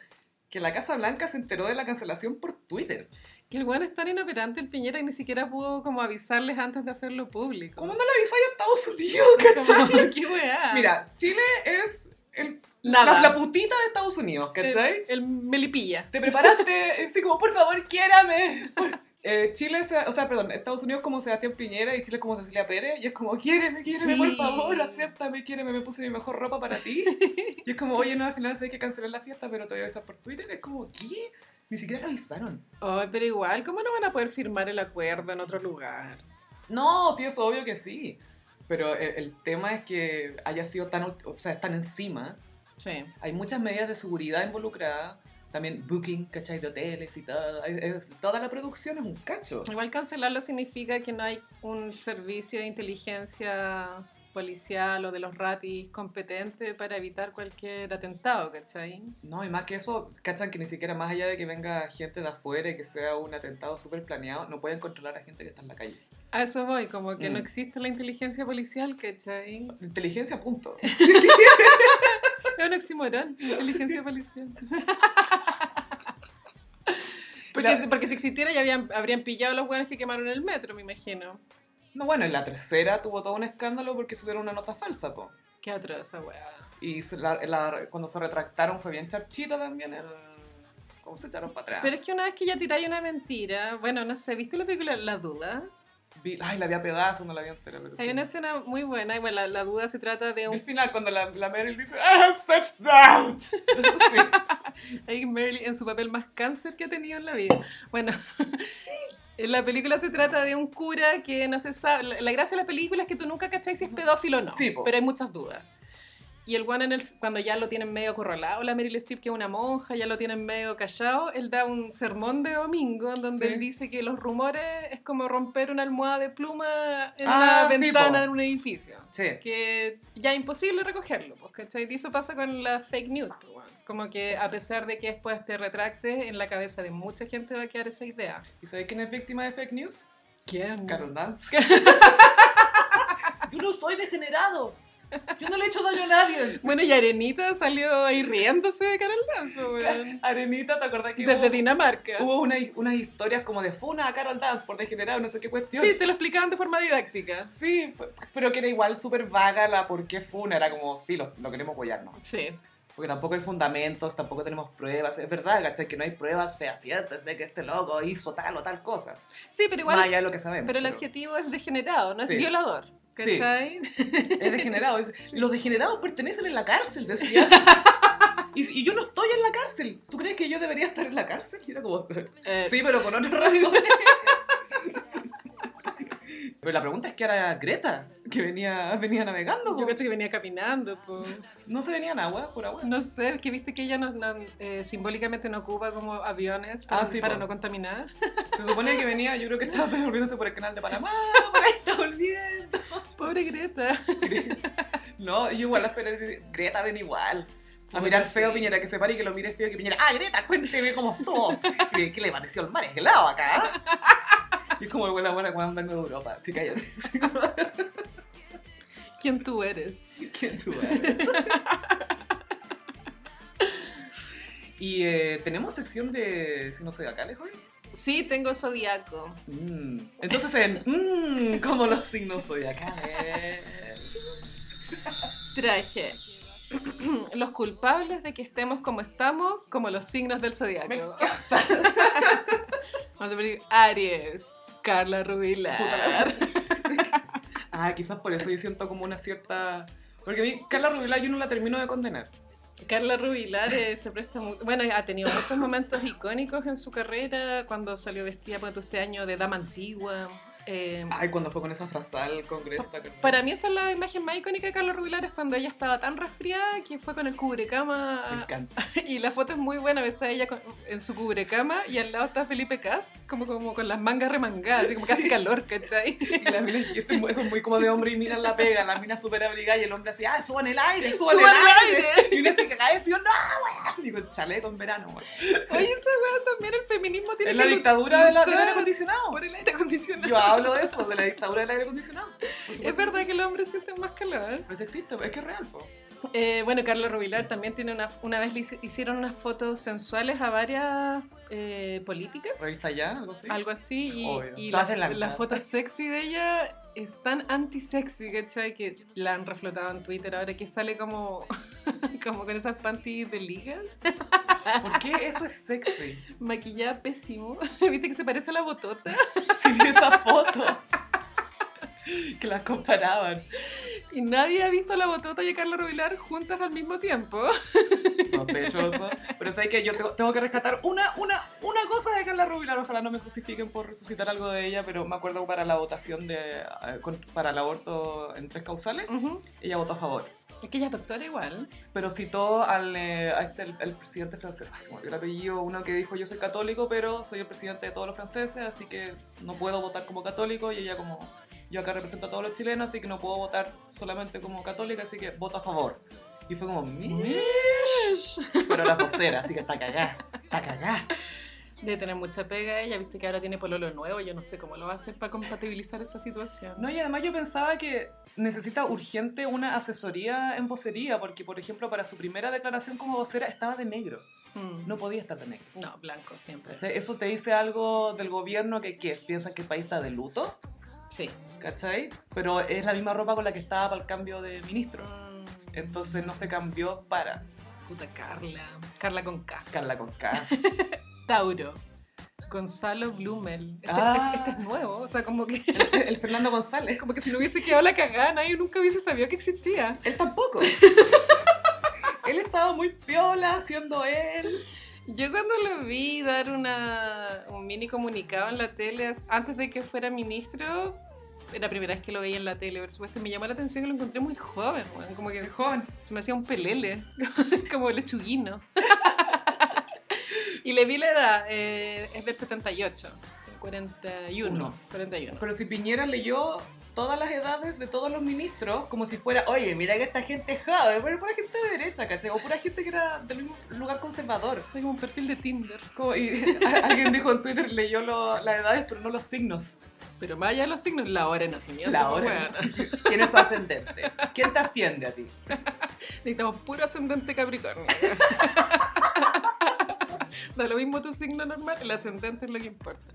Speaker 1: que la Casa Blanca se enteró de la cancelación por Twitter.
Speaker 2: Que el weón es tan inoperante el Piñera que ni siquiera pudo como avisarles antes de hacerlo público.
Speaker 1: ¿Cómo no le avisáis a Estados [laughs] Unidos?
Speaker 2: [laughs] Como,
Speaker 1: ¿Cachai?
Speaker 2: [laughs] qué weá.
Speaker 1: Mira, Chile es el-
Speaker 2: Nada.
Speaker 1: La, la putita de Estados Unidos, ¿cachai?
Speaker 2: El, el melipilla.
Speaker 1: Te preparaste, [laughs] así como, por favor, quiérame. Por- eh, Chile, se- o sea, perdón, Estados Unidos como Sebastián Piñera y Chile como Cecilia Pérez, y es como, quiéreme, quiéreme,
Speaker 2: Sí.
Speaker 1: por favor, acéptame, quiéreme, me puse mi mejor ropa para ti. Y es como, oye, no, al final sé que cancelar la fiesta, pero te voy a avisar por Twitter. Es como, ¿qué? Ni siquiera lo avisaron.
Speaker 2: Ay, pero igual, ¿cómo no van a poder firmar el acuerdo en otro lugar?
Speaker 1: No, sí, es obvio que sí. Pero eh, el, tema es que haya sido tan, ult- o sea, tan encima.
Speaker 2: Sí.
Speaker 1: Hay muchas medidas de seguridad involucradas. También booking, ¿cachai? De hoteles y todo. Hay- es- toda la producción es un cacho.
Speaker 2: Igual cancelarlo significa que no hay un servicio de inteligencia policial o de los ratis competente para evitar cualquier atentado, ¿cachai?
Speaker 1: No, y más que eso, cachan que ni siquiera más allá de que venga gente de afuera y que sea un atentado súper planeado, no pueden controlar a gente que está en la calle.
Speaker 2: A eso voy, como que
Speaker 1: Mm.
Speaker 2: no existe la inteligencia policial, ¿cachai?
Speaker 1: Inteligencia,
Speaker 2: [laughs]
Speaker 1: punto.
Speaker 2: Es un oxímoron, inteligencia policial.
Speaker 1: Pero
Speaker 2: Porque,
Speaker 1: la-
Speaker 2: si- porque si existiera ya habían, habrían pillado los hueones que quemaron el metro, me imagino.
Speaker 1: No, bueno, en la tercera tuvo todo un escándalo porque subieron una nota falsa, po.
Speaker 2: Qué atroz esa weá.
Speaker 1: Y se- la- la- cuando se retractaron fue bien charchita también el... ¿Cómo se echaron para atrás?
Speaker 2: Pero es que una vez que ya tiráis una mentira, bueno, no sé, ¿viste la película La Duda?
Speaker 1: Vi- Ay, la vi a pedazos, no la vi entera, pero
Speaker 2: Hay
Speaker 1: sí.
Speaker 2: una escena muy buena, y bueno, la, la duda se trata de
Speaker 1: El
Speaker 2: un...
Speaker 1: final, cuando la, la Meryl dice, ¡Ah, such doubt! [laughs] Sí.
Speaker 2: Hay Merle en su papel más cáncer que ha tenido en la vida. Bueno, [laughs] en la película se trata de un cura que no se sabe... La, la gracia de la película es que tú nunca cacháis si es pedófilo o no,
Speaker 1: Sí, po.
Speaker 2: pero hay muchas dudas. Y el one en el, cuando ya lo tienen medio acorralado, la Meryl Streep, que es una monja, ya lo tienen medio callado, él da un sermón de domingo en donde
Speaker 1: Sí.
Speaker 2: él dice que los rumores es como romper una almohada de pluma en
Speaker 1: Ah,
Speaker 2: la
Speaker 1: sí, po.
Speaker 2: ventana de un edificio
Speaker 1: Sí.
Speaker 2: que ya es imposible recogerlo, pues, ¿cachai? Y eso pasa con las fake news, pues, weón. como que a pesar de que después te retractes, en la cabeza de mucha gente va a quedar esa idea.
Speaker 1: ¿Y sabéis quién es víctima de fake news?
Speaker 2: ¿Quién?
Speaker 1: Carol Dance. [laughs] Yo no soy degenerado. Yo no le he hecho daño a nadie.
Speaker 2: Bueno, y Arenita salió ahí riéndose de Carol Dance, pues, weón.
Speaker 1: Arenita, ¿te acordás que
Speaker 2: Desde
Speaker 1: hubo,
Speaker 2: Dinamarca.
Speaker 1: hubo una- unas historias como de funa a Carol Dance por degenerado, no sé qué cuestión?
Speaker 2: Sí, te lo explicaban de forma didáctica.
Speaker 1: Sí, p- pero que era igual súper vaga la por qué funa, era como, filo, lo queremos apoyarnos.
Speaker 2: Sí.
Speaker 1: Porque tampoco hay fundamentos, tampoco tenemos pruebas, es verdad, ¿cachai? Que no hay pruebas fehacientes de que este loco hizo tal o tal cosa.
Speaker 2: Sí, pero
Speaker 1: Más
Speaker 2: igual,
Speaker 1: allá de lo que sabemos.
Speaker 2: pero el adjetivo es degenerado, no es
Speaker 1: Sí.
Speaker 2: violador.
Speaker 1: Sí.
Speaker 2: ¿Cachai?
Speaker 1: Es degenerado. dice, Los degenerados pertenecen en la cárcel,
Speaker 2: [laughs]
Speaker 1: decía. Y, y yo no estoy en la cárcel. ¿Tú crees que yo debería estar en la cárcel? Y era como,
Speaker 2: Eh,
Speaker 1: sí, pero con otras razones. Pero la pregunta es que era Greta, que venía, venía navegando.
Speaker 2: [laughs] Yo
Speaker 1: po.
Speaker 2: cacho que venía caminando, pues.
Speaker 1: No se venía en agua, por
Speaker 2: [laughs]
Speaker 1: agua.
Speaker 2: No sé, que viste que ella no, no, eh, simbólicamente no ocupa como aviones para,
Speaker 1: Ah, sí,
Speaker 2: para
Speaker 1: po. [laughs]
Speaker 2: no contaminar.
Speaker 1: Se suponía que venía, yo creo que estaba [laughs] devolviéndose por el canal de Panamá, por ahí está volviendo.
Speaker 2: Pobre Greta.
Speaker 1: [laughs] No, yo igual la esperé decir, Greta ven igual. A
Speaker 2: Puta,
Speaker 1: mirar feo
Speaker 2: sí.
Speaker 1: Piñera, que se pare y que lo mire feo que Piñera. Ah, Greta, cuénteme cómo estuvo. ¿Qué, qué le pareció el mar Es helado acá? ¿eh? Y es como buena buena cuando vengo de Europa. Así cállate. [laughs]
Speaker 2: ¿Quién tú eres?
Speaker 1: ¿Quién tú eres? Y eh, tenemos sección de signos zodiacales hoy.
Speaker 2: Sí, tengo zodiaco.
Speaker 1: Mm. Entonces en mm, como los signos zodiacales.
Speaker 2: Traje. [clears throat] Los culpables de que estemos como estamos, como los signos del [laughs]
Speaker 1: Me
Speaker 2: zodiaco. Vamos a ver, Aries, Carla Rubilar.
Speaker 1: Puta la- [laughs] ah, quizás por eso yo siento como una cierta. Porque a mí, Carla Rubilar, yo no la termino de condenar.
Speaker 2: Carla Rubilar eh, se presta mu- Bueno, ha tenido muchos momentos icónicos en su carrera, cuando salió vestida por este año de dama antigua. eh,
Speaker 1: Ay, cuando fue con esa frazal al congreso. ¿te acordás?
Speaker 2: Para mí esa es la imagen más icónica de Carla Rubilar, es cuando ella estaba tan resfriada que fue con el
Speaker 1: Me
Speaker 2: cubrecama
Speaker 1: encanta.
Speaker 2: y la foto es muy buena, está ella con- en su cubrecama y al lado está Felipe Cast, como, como con las mangas remangadas, así como casi calor,
Speaker 1: [laughs]
Speaker 2: ¿cachai?
Speaker 1: Y las minas- y este- eso es muy como de hombre y minas la pega, las minas súper abrigadas y el hombre así, ah, suban el aire, suban,
Speaker 2: ¡Suban
Speaker 1: el
Speaker 2: el
Speaker 1: aire.
Speaker 2: aire!
Speaker 1: Y una se cagaba de frío, no, weón. Y con chaleco en verano, weón.
Speaker 2: Oye, esa weá también el feminismo tiene
Speaker 1: Es
Speaker 2: que
Speaker 1: la
Speaker 2: lu-
Speaker 1: dictadura de la- del
Speaker 2: luchar
Speaker 1: aire acondicionado.
Speaker 2: por el aire acondicionado.
Speaker 1: Yo hablo
Speaker 2: [laughs]
Speaker 1: de eso, de la dictadura del aire acondicionado. Por supuesto.
Speaker 2: Es verdad que los hombres sienten más calor.
Speaker 1: Pero eso existe, es que es real, po.
Speaker 2: Eh, bueno, Carla Rubilar también tiene una... Una vez le hice- hicieron unas fotos sensuales a varias eh, políticas.
Speaker 1: Revista ya, algo así.
Speaker 2: algo así.
Speaker 1: Obvio.
Speaker 2: Y, y
Speaker 1: Todas
Speaker 2: las,
Speaker 1: adelantadas.
Speaker 2: las fotos sexy de ella es tan anti-sexy, ¿cachai? Que la han reflotado en Twitter ahora que sale como, [laughs] como con esas panties de ligas,
Speaker 1: ¿Por qué eso es sexy?
Speaker 2: maquillada pésimo. [laughs] ¿Viste que se parece a la botota?
Speaker 1: Si vi esa foto. Que las comparaban.
Speaker 2: Y nadie ha visto a la botota y a Carla Rubilar juntas al mismo tiempo.
Speaker 1: Sospechoso. Pero sabes que yo tengo, tengo que rescatar una, una, una cosa de Carla Rubilar. Ojalá no me crucifiquen por resucitar algo de ella, pero me acuerdo para la votación de, eh, con- para el aborto en tres causales,
Speaker 2: Ujú.
Speaker 1: ella votó a favor.
Speaker 2: Es que ella es doctora igual.
Speaker 1: Pero citó al eh, a este, el, el presidente francés, Ay, se me olvidó el apellido, uno que dijo yo soy católico, pero soy el presidente de todos los franceses, así que no puedo votar como católico y ella como... Yo acá represento a todos los chilenos, así que no puedo votar solamente como católica, así que voto a favor. Y fue como, "Mira". Pero la vocera, así que está cagada. Está cagada.
Speaker 2: De tener mucha pega ella, viste que ahora tiene pololo nuevo, yo no sé cómo lo va a hacer para compatibilizar esa situación.
Speaker 1: No, y además yo pensaba que necesita urgente una asesoría en vocería, porque, por ejemplo, para su primera declaración como vocera estaba de negro.
Speaker 2: Mm.
Speaker 1: No podía estar de negro.
Speaker 2: No, blanco siempre.
Speaker 1: ¿Cachai? Eso te dice algo del gobierno que, ¿qué? ¿Piensan que el país está de luto?
Speaker 2: Sí.
Speaker 1: ¿Cachai? Pero es la misma ropa con la que estaba para el cambio de ministro.
Speaker 2: Mm.
Speaker 1: Entonces no se cambió para
Speaker 2: Puta Carla. Carla con K.
Speaker 1: Carla con K.
Speaker 2: Tauro. Gonzalo Blumel. Este,
Speaker 1: Ah.
Speaker 2: este es nuevo, o sea, como que, [laughs]
Speaker 1: El Fernando González.
Speaker 2: como que si no hubiese quedado la cagada, nadie nunca hubiese sabido que existía.
Speaker 1: Él tampoco. él estaba muy piola siendo él.
Speaker 2: Yo cuando lo vi dar una, un mini comunicado en la tele as- antes de que fuera ministro, era la primera vez que lo veía en la tele, por supuesto, y me llamó la atención que lo encontré muy joven, weón, como que
Speaker 1: Joven.
Speaker 2: se me hacía un pelele, [laughs] como lechuguino. [laughs] y le vi la edad, eh, es del 78, 41,
Speaker 1: Uno.
Speaker 2: 41.
Speaker 1: Pero si Piñera leyó todas las edades de todos los ministros, como si fuera, oye, mira que esta gente es joven, pero pura gente de derecha, ¿cachai? O pura gente que era del mismo lugar conservador.
Speaker 2: Es como un perfil de Tinder.
Speaker 1: Como- y [laughs] a- alguien dijo en Twitter, leyó lo- las edades, pero no los signos.
Speaker 2: Pero más allá de los signos, la hora de nacimiento.
Speaker 1: La
Speaker 2: pues,
Speaker 1: hora.
Speaker 2: weón.
Speaker 1: [laughs] ¿Quién es tu ascendente? ¿Quién te asciende a ti?
Speaker 2: Necesitamos puro ascendente Capricornio. [laughs] da lo mismo tu signo normal, el ascendente es lo que importa.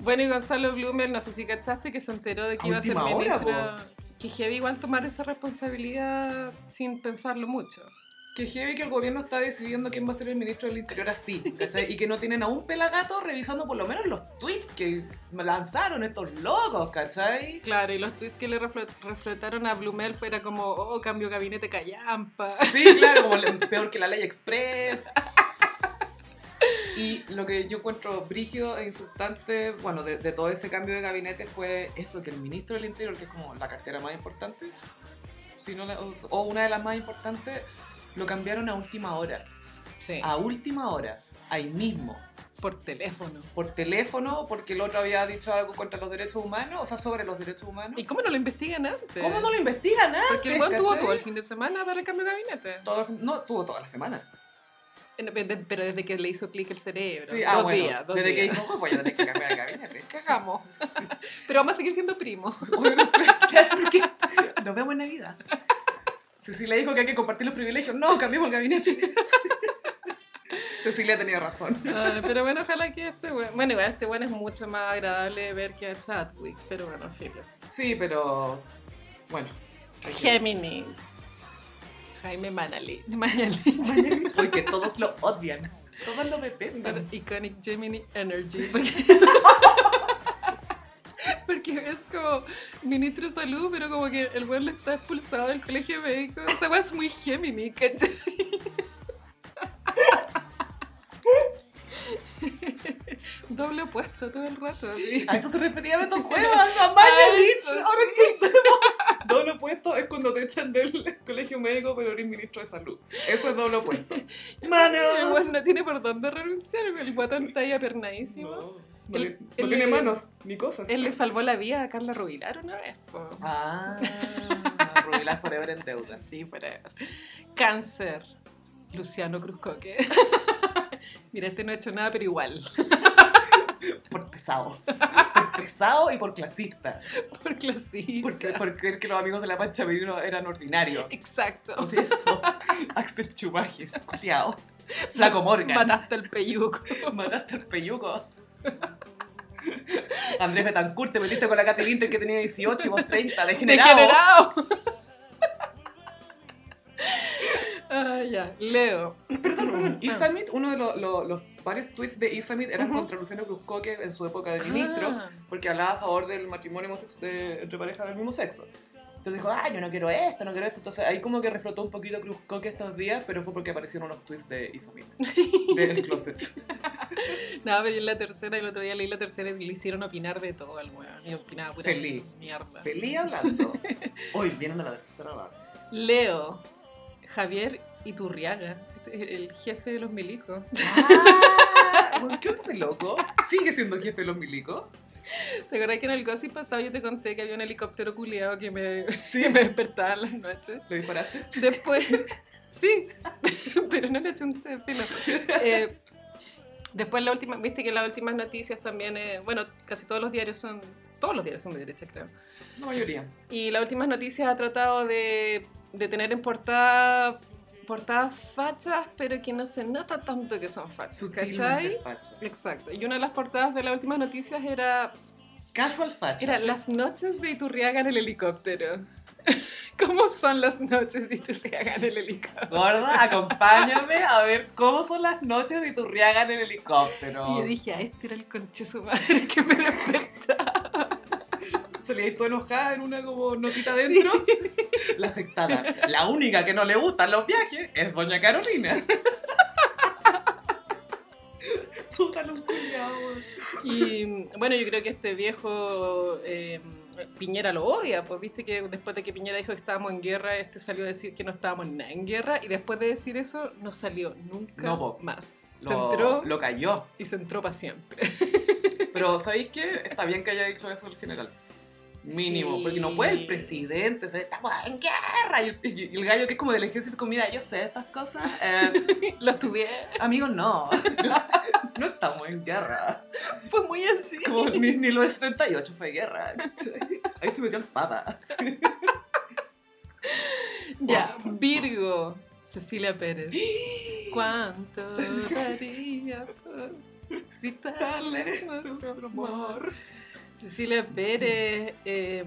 Speaker 2: Bueno, y Gonzalo Blumel, no sé si cachaste que se enteró de que
Speaker 1: A
Speaker 2: iba a ser
Speaker 1: última hora,
Speaker 2: ministro. que heavy igual tomar esa responsabilidad sin pensarlo mucho.
Speaker 1: Que heavy que el gobierno está decidiendo quién va a ser el ministro del Interior así, ¿cachai? Y que no tienen a un pelagato revisando por lo menos los tweets que lanzaron estos locos, ¿cachai?
Speaker 2: Claro, y los tweets que le reflo- reflotaron a Blumel fuera como, oh, cambio gabinete callampa.
Speaker 1: Sí, claro, como le- peor que la ley express. Y lo que yo encuentro brígido e insultante, bueno, de, de todo ese cambio de gabinete fue eso, que el ministro del Interior, que es como la cartera más importante, si no la- o- o una de las más importantes, lo cambiaron a última hora.
Speaker 2: Sí.
Speaker 1: A última hora, ahí mismo.
Speaker 2: Ah, Por teléfono.
Speaker 1: por teléfono porque el otro había dicho algo contra los derechos humanos, o sea, sobre los derechos humanos.
Speaker 2: ¿Y cómo no lo investigan antes?
Speaker 1: ¿Cómo no lo investigan antes?
Speaker 2: Porque el weón tuvo
Speaker 1: cachai?
Speaker 2: todo el fin de semana para el cambio de gabinete.
Speaker 1: Todo el fin- no, tuvo toda la semana.
Speaker 2: No, pe- de- Pero desde que le hizo clic el cerebro.
Speaker 1: Sí,
Speaker 2: dos
Speaker 1: ah, bueno,
Speaker 2: días, dos
Speaker 1: desde que
Speaker 2: días.
Speaker 1: dijo, "Oh, voy a tener que cambiar el gabinete. [laughs]
Speaker 2: [laughs] Cagamos. Pero vamos a seguir siendo primos. [laughs]
Speaker 1: Bueno, claro, porque [laughs] nos vemos en Navidad. Cecilia dijo que hay que compartir los privilegios. No, cambiamos el gabinete. [laughs] Cecilia ha tenido razón.
Speaker 2: Ay, Ah, pero bueno, ojalá que este weón. Bueno, igual este weón es mucho más agradable de ver que a Chadwick. Pero bueno, filo.
Speaker 1: Sí, pero bueno. hay que-
Speaker 2: Géminis. Jaime Manali. Manali.
Speaker 1: [laughs] Porque todos lo odian. Todos lo detestan.
Speaker 2: Iconic Gemini Energy.
Speaker 1: [laughs]
Speaker 2: Porque, porque es como ministro de salud, pero como que el weón lo está expulsado del colegio médico. O sea, es muy Gemini, ¿cachai? [laughs] Doble opuesto todo el rato. así.
Speaker 1: A eso se refería Beto Cuevas, a Mayelich.
Speaker 2: eso,
Speaker 1: Ahora entendemos. Doble opuesto es cuando te echan del colegio médico, pero eres ministro de salud. Eso es doble [laughs] opuesto.
Speaker 2: El weón
Speaker 1: ¡Manos!
Speaker 2: no tiene por dónde renunciar, el guatón está ahí apernadísimo.
Speaker 1: no
Speaker 2: El-
Speaker 1: le- no
Speaker 2: el-
Speaker 1: tiene manos ni cosas. [laughs]
Speaker 2: Él le salvó la vida a Carla Rubilar una vez. po.
Speaker 1: Ah, Rubila Forever en deudas.
Speaker 2: Sí, fuera. Cáncer. Luciano Cruzcoque. [laughs] Mira, este no ha hecho nada, pero igual. [laughs]
Speaker 1: Por pesado. Por pesado y por clasista.
Speaker 2: Por clasista.
Speaker 1: Porque, por creer que los amigos de la Pancha Merino eran ordinarios.
Speaker 2: Exacto.
Speaker 1: Por eso, [laughs] Axel Chumaje, culiao. Flaco Morgan.
Speaker 2: Mataste al peyuco.
Speaker 1: [laughs] Mataste al peyuco. Andrés Betancourt, te metiste con la Katy Winter que tenía 18 y vos 30, degenerado.
Speaker 2: Degenerado. [laughs] Ah, ya. Leo.
Speaker 1: Perdón, perdón.
Speaker 2: Ah.
Speaker 1: Isamit, uno de los, los- los varios tweets de Isamit eran
Speaker 2: Ujú.
Speaker 1: contra Luciano Cruzcoque en su época de ministro,
Speaker 2: Ah.
Speaker 1: porque hablaba a favor del matrimonio homosex- de- entre parejas del mismo sexo. Entonces dijo, ah, yo no quiero esto, no quiero esto. Entonces ahí como que reflotó un poquito Cruzcoque estos días, pero fue porque aparecieron unos tweets de Isamit, del closet.
Speaker 2: [laughs] Nada, pero yo en la tercera, el otro día leí la tercera y le hicieron opinar de todo al weón. Y opinaba pura
Speaker 1: Feliz.
Speaker 2: mierda.
Speaker 1: Feliz hablando. Hoy vienen a la tercera
Speaker 2: [laughs]
Speaker 1: hora.
Speaker 2: Leo. Javier Iturriaga. Este es El jefe de los milicos.
Speaker 1: Ah, bueno, ¿Qué onda ese loco? ¿Sigue siendo jefe de los milicos?
Speaker 2: ¿Te acuerdas que en el gossip pasado yo te conté que había un helicóptero culiado que me, [laughs]
Speaker 1: Sí.
Speaker 2: que me despertaba en las noches?
Speaker 1: ¿Le disparaste?
Speaker 2: Después,
Speaker 1: [laughs]
Speaker 2: sí, [laughs] pero no le eché un té, filo. Eh, después la última, viste que las últimas noticias también, eh, bueno, casi todos los diarios son todos los diarios son de derecha, creo.
Speaker 1: La mayoría.
Speaker 2: Y las últimas noticias ha tratado de, de tener en portada portadas fachas, pero que no se nota tanto que son fachas, ¿cachai?
Speaker 1: Sutilmente facha.
Speaker 2: Exacto. Y una de las portadas de las últimas noticias era,
Speaker 1: Casual facha.
Speaker 2: era las noches de Iturriaga en el helicóptero. [laughs] ¿Cómo son las noches de Iturriaga en el helicóptero?
Speaker 1: Gorda, acompáñame a ver cómo son las noches de Iturriaga en el helicóptero.
Speaker 2: Y yo dije, "Ah, este era el conche su madre que me [laughs] despertaba.
Speaker 1: Salí tú enojada en una como notita
Speaker 2: Sí.
Speaker 1: adentro. La afectada. La única que no le gustan los viajes es Doña
Speaker 2: [laughs]
Speaker 1: Carolina. Puta, no culiao, weón.
Speaker 2: Y bueno, yo creo que este viejo eh, Piñera lo odia, pues viste que después de que Piñera dijo que estábamos en guerra, este salió a decir que no estábamos nada en guerra y después de decir eso no salió nunca
Speaker 1: No, po.
Speaker 2: más. Se entró
Speaker 1: Lo, lo cayó.
Speaker 2: y se entró para siempre.
Speaker 1: Pero ¿sabéis qué? Está bien que haya dicho eso el general. Mínimo,
Speaker 2: Sí.
Speaker 1: porque no puede el presidente, o sea, estamos en guerra. Y el, y el gallo que es como del ejército, como, mira, yo sé estas cosas. eh,
Speaker 2: [laughs] Lo estudié,
Speaker 1: amigos, no. [laughs] No estamos en guerra.
Speaker 2: fue muy así.
Speaker 1: Como ni, ni los 78 fue guerra. Ahí se metió el papa.
Speaker 2: Ya, [laughs] Virgo, Cecilia Pérez. ¿Cuánto daría por gritarles nuestro [laughs] amor? Cecilia Pérez. eh,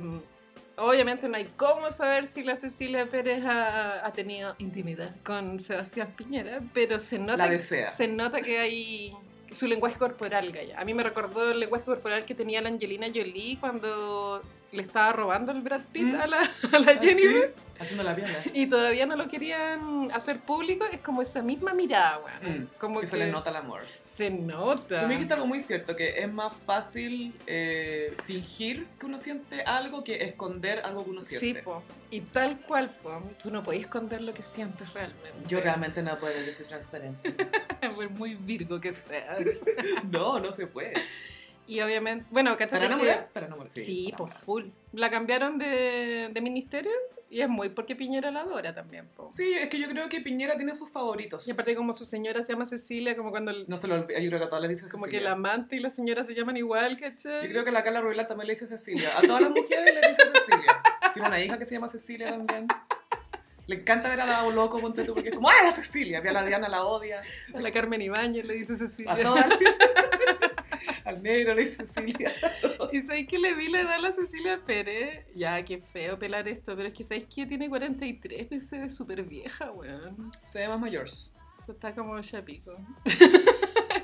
Speaker 2: obviamente no hay cómo saber si la Cecilia Pérez ha, ha tenido intimidad con Sebastián Piñera, pero se nota,
Speaker 1: La desea.
Speaker 2: se nota que hay su lenguaje corporal, Gaya. A mí me recordó el lenguaje corporal que tenía la Angelina Jolie cuando le estaba robando el Brad Pitt
Speaker 1: ¿Mm?
Speaker 2: a la, a la Jennifer
Speaker 1: Así, ¿Ah, Haciendo la pierna.
Speaker 2: y todavía no lo querían hacer público. Es como esa misma mirada, weón.
Speaker 1: Mm,
Speaker 2: Como
Speaker 1: que se le nota el amor.
Speaker 2: se nota.
Speaker 1: Tú me dijiste algo muy cierto, que es más fácil eh, fingir que uno siente algo que esconder algo que uno
Speaker 2: Sí,
Speaker 1: siente.
Speaker 2: po. Y tal cual, po. Tú no podías esconder lo que sientes realmente.
Speaker 1: Yo realmente no puedo, yo soy transparente.
Speaker 2: [laughs] Por muy virgo que seas.
Speaker 1: [laughs] no, no se puede.
Speaker 2: y obviamente, bueno,
Speaker 1: ¿Para
Speaker 2: ¿cachai?
Speaker 1: enamorar? Para enamorar,
Speaker 2: Sí,
Speaker 1: sí. para
Speaker 2: pues
Speaker 1: enamorar.
Speaker 2: full. La cambiaron de, de ministerio y es muy porque Piñera la adora también, po.
Speaker 1: Sí, es que yo creo que Piñera tiene sus favoritos.
Speaker 2: Y aparte como su señora se llama Cecilia, como cuando... el-
Speaker 1: No se lo olvida, yo creo que a todas les dice
Speaker 2: como que
Speaker 1: Cecilia.
Speaker 2: el amante y la señora se llaman igual, ¿cachai?
Speaker 1: Yo creo que la Carla Rubilar también le dice Cecilia. A [laughs] todas las mujeres le dice Cecilia. Tiene una hija que se llama Cecilia también. Le encanta ver a la loco, ponte tú, porque es como, ¡ah, la Cecilia! Ve a la Diana, la odia.
Speaker 2: A la Carmen Ibáñez le dice
Speaker 1: A
Speaker 2: Cecilia.
Speaker 1: [laughs] todas. Al negro le dice Cecilia.
Speaker 2: Y sabéis que le vi la edad a la Cecilia Pérez. Ya, qué feo pelar esto, pero es que sabéis que tiene 43 y pues, se ve súper vieja, weón.
Speaker 1: Se ve más mayores.
Speaker 2: Se Está como chapico.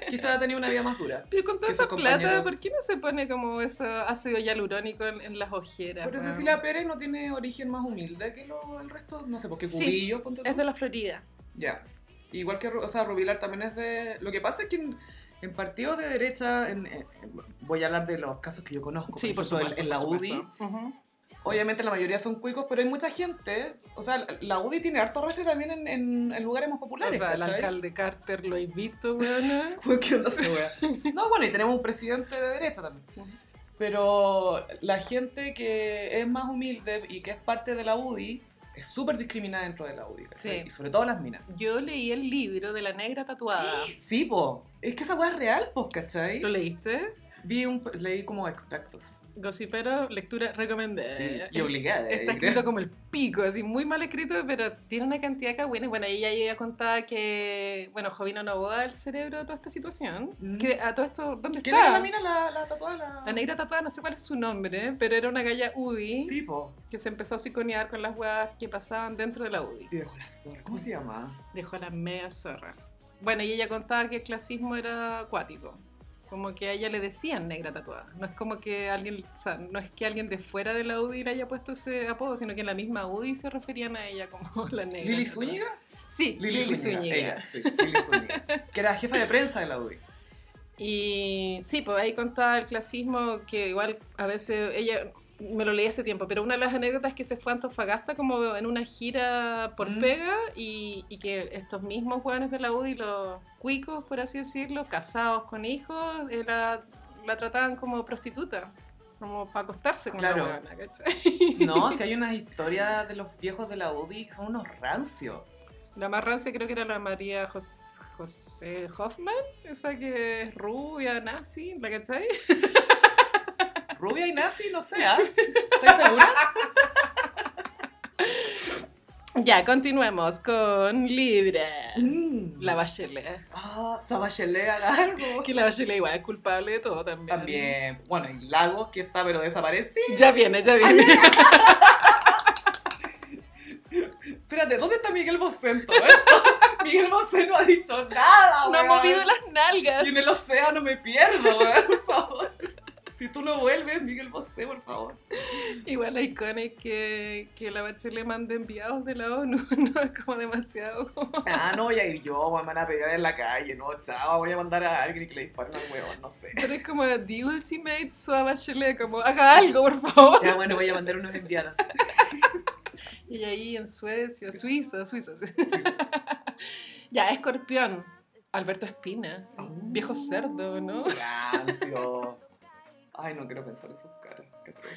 Speaker 1: Quizá ha tenido una vida más dura.
Speaker 2: Pero con toda
Speaker 1: Que
Speaker 2: esa
Speaker 1: sus
Speaker 2: plata,
Speaker 1: compañeros-
Speaker 2: ¿por qué no se pone como ese ácido hialurónico en, en las ojeras?
Speaker 1: Pero
Speaker 2: weón?
Speaker 1: Cecilia Pérez no tiene origen más humilde que lo, el resto. No sé, porque
Speaker 2: Sí.
Speaker 1: Cubillo, ponte tú.
Speaker 2: Es de la Florida.
Speaker 1: Ya. Igual que, Ru- o sea, Rubilar también es de... Lo que pasa es que en, en partidos de derecha, en- en- voy a hablar de los casos que yo conozco.
Speaker 2: Sí, por
Speaker 1: ejemplo, en-
Speaker 2: supuesto.
Speaker 1: en la
Speaker 2: por
Speaker 1: UDI,
Speaker 2: supuesto. Ujú.
Speaker 1: obviamente la mayoría son cuicos, pero hay mucha gente... O sea, la UDI tiene harto rastro también en, en- en lugares más
Speaker 2: O
Speaker 1: populares,
Speaker 2: sea, el
Speaker 1: ¿cachai?
Speaker 2: alcalde Carter lo he visto,
Speaker 1: [laughs]
Speaker 2: weón.
Speaker 1: Uy, ¿Qué onda esa wea? No, bueno, y tenemos un presidente de derecha también. Pero la gente que es más humilde y que es parte de la UDI es súper discriminada dentro de la UDI. ¿cachai?
Speaker 2: Sí.
Speaker 1: Y sobre todo las minas.
Speaker 2: Yo leí el libro de la
Speaker 1: [gasps]
Speaker 2: negra tatuada.
Speaker 1: Sí, po. Es que esa weá es real, po, ¿cachai?
Speaker 2: ¿Lo leíste?
Speaker 1: Vi un, leí como extractos.
Speaker 2: Gossipero, lectura
Speaker 1: Sí,
Speaker 2: recomendada.
Speaker 1: y obligada.
Speaker 2: Está escrito como el pico, así muy mal escrito, pero tiene una cantidad de cagüines. Bueno, ella ya contaba que, bueno, Jovino no boda el cerebro de toda esta situación.
Speaker 1: Mm.
Speaker 2: Que a todo esto, ¿dónde
Speaker 1: ¿Quién
Speaker 2: está?
Speaker 1: era la mina la, la tatuada? La...
Speaker 2: La negra tatuada, no sé cuál es su nombre, pero era una galla UDI
Speaker 1: Sí, po.
Speaker 2: que se empezó a psiconear con las huevas que pasaban dentro de la UDI.
Speaker 1: Y dejó la zorra. ¿Cómo se llama?
Speaker 2: Dejó a la media zorra. Bueno, y ella contaba que el clasismo era acuático. Como que a ella le decían negra tatuada. No es como que alguien, o sea, no es que alguien de fuera de la UDI le haya puesto ese apodo, sino que en la misma UDI se referían a ella como [laughs] la negra.
Speaker 1: ¿Lili
Speaker 2: tatuada.
Speaker 1: Zúñiga?
Speaker 2: Sí, Lili, Zúñiga.
Speaker 1: Ella, sí, Lili Zúñiga. que era jefa de prensa de la UDI.
Speaker 2: Y sí, pues ahí contaba el clasismo que igual a veces ella me lo leí hace tiempo, pero una de las anécdotas es que se fue a Antofagasta como en una gira por
Speaker 1: Mm.
Speaker 2: pega y, y que estos mismos hueones de la UDI, los cuicos, por así decirlo, casados con hijos, eh, la, la trataban como prostituta, como para acostarse con la
Speaker 1: Claro.
Speaker 2: hueona, ¿cachai? [laughs]
Speaker 1: No, si hay unas historias de los viejos de la UDI que son unos rancios.
Speaker 2: La más rancia creo que era la María Jos- José Hoffman, esa que es rubia, nazi, ¿la cachai?
Speaker 1: Rubia y nazi, no sé, ¿ah? ¿Estás segura?
Speaker 2: Ya, continuemos con Libra.
Speaker 1: Mm.
Speaker 2: La Bachelet.
Speaker 1: Ah, Sabachelet haga algo.
Speaker 2: Que la Bachelet igual es culpable de todo también.
Speaker 1: También, bueno, y Lagos que está pero desaparecido.
Speaker 2: Ya viene, ya viene.
Speaker 1: Espérate, ¿dónde está Miguel Bocento? [laughs] Miguel Bosé no ha dicho
Speaker 2: [laughs]
Speaker 1: nada,
Speaker 2: No ha
Speaker 1: weón.
Speaker 2: movido las nalgas.
Speaker 1: Y en el océano me pierdo, weón, por favor. Si tú no vuelves, Miguel Bosé, por favor.
Speaker 2: Igual la icona es que, que la Bachelet mande enviados de la ONU, [laughs] no es como demasiado. como-
Speaker 1: Ah, no voy a ir yo, weón, me van a pegar en la calle, no, chao, voy a mandar a alguien que le disparen al huevón, no sé.
Speaker 2: Pero es como The Ultimate Sua Bachelet, como haga algo, por favor.
Speaker 1: Ya, bueno, voy a mandar unos enviados.
Speaker 2: Y ahí en Suecia, Suiza, Suiza, Suiza. [laughs] Ya, escorpión. Alberto Espina.
Speaker 1: Oh.
Speaker 2: Viejo cerdo, ¿no?
Speaker 1: Rancio. Ay, no quiero pensar en sus caras. Qué atroz.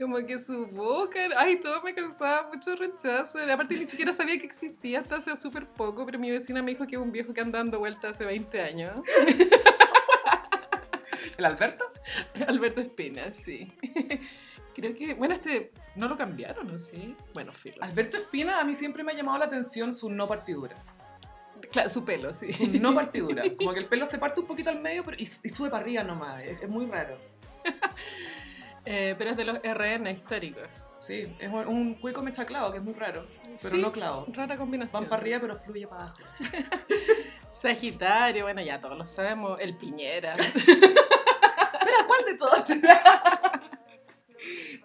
Speaker 2: Como que su boca, ay, todo me causaba mucho rechazo. Y Aparte, ni siquiera sabía que existía hasta hace súper poco, pero mi vecina me dijo que es un viejo que anda dando vueltas hace 20 años. [laughs]
Speaker 1: ¿El Alberto?
Speaker 2: Alberto Espina, sí. [laughs] Creo que, bueno, este no lo cambiaron, ¿no? Sí. Bueno, filo.
Speaker 1: Alberto Espina a mí siempre me ha llamado la atención su no partidura.
Speaker 2: Claro, su pelo, sí.
Speaker 1: Su no partidura. Como que el pelo se parte un poquito al medio pero y, y sube para arriba nomás. Es, es muy raro.
Speaker 2: Eh, pero es de los RN históricos.
Speaker 1: Sí, es un, un cuico mechaclado que es muy raro, pero
Speaker 2: Sí,
Speaker 1: no clavo.
Speaker 2: Rara combinación.
Speaker 1: Van para arriba pero fluye para abajo.
Speaker 2: Sagitario, bueno, ya todos lo sabemos. El Piñera. [laughs]
Speaker 1: Pero ¿cuál de todos?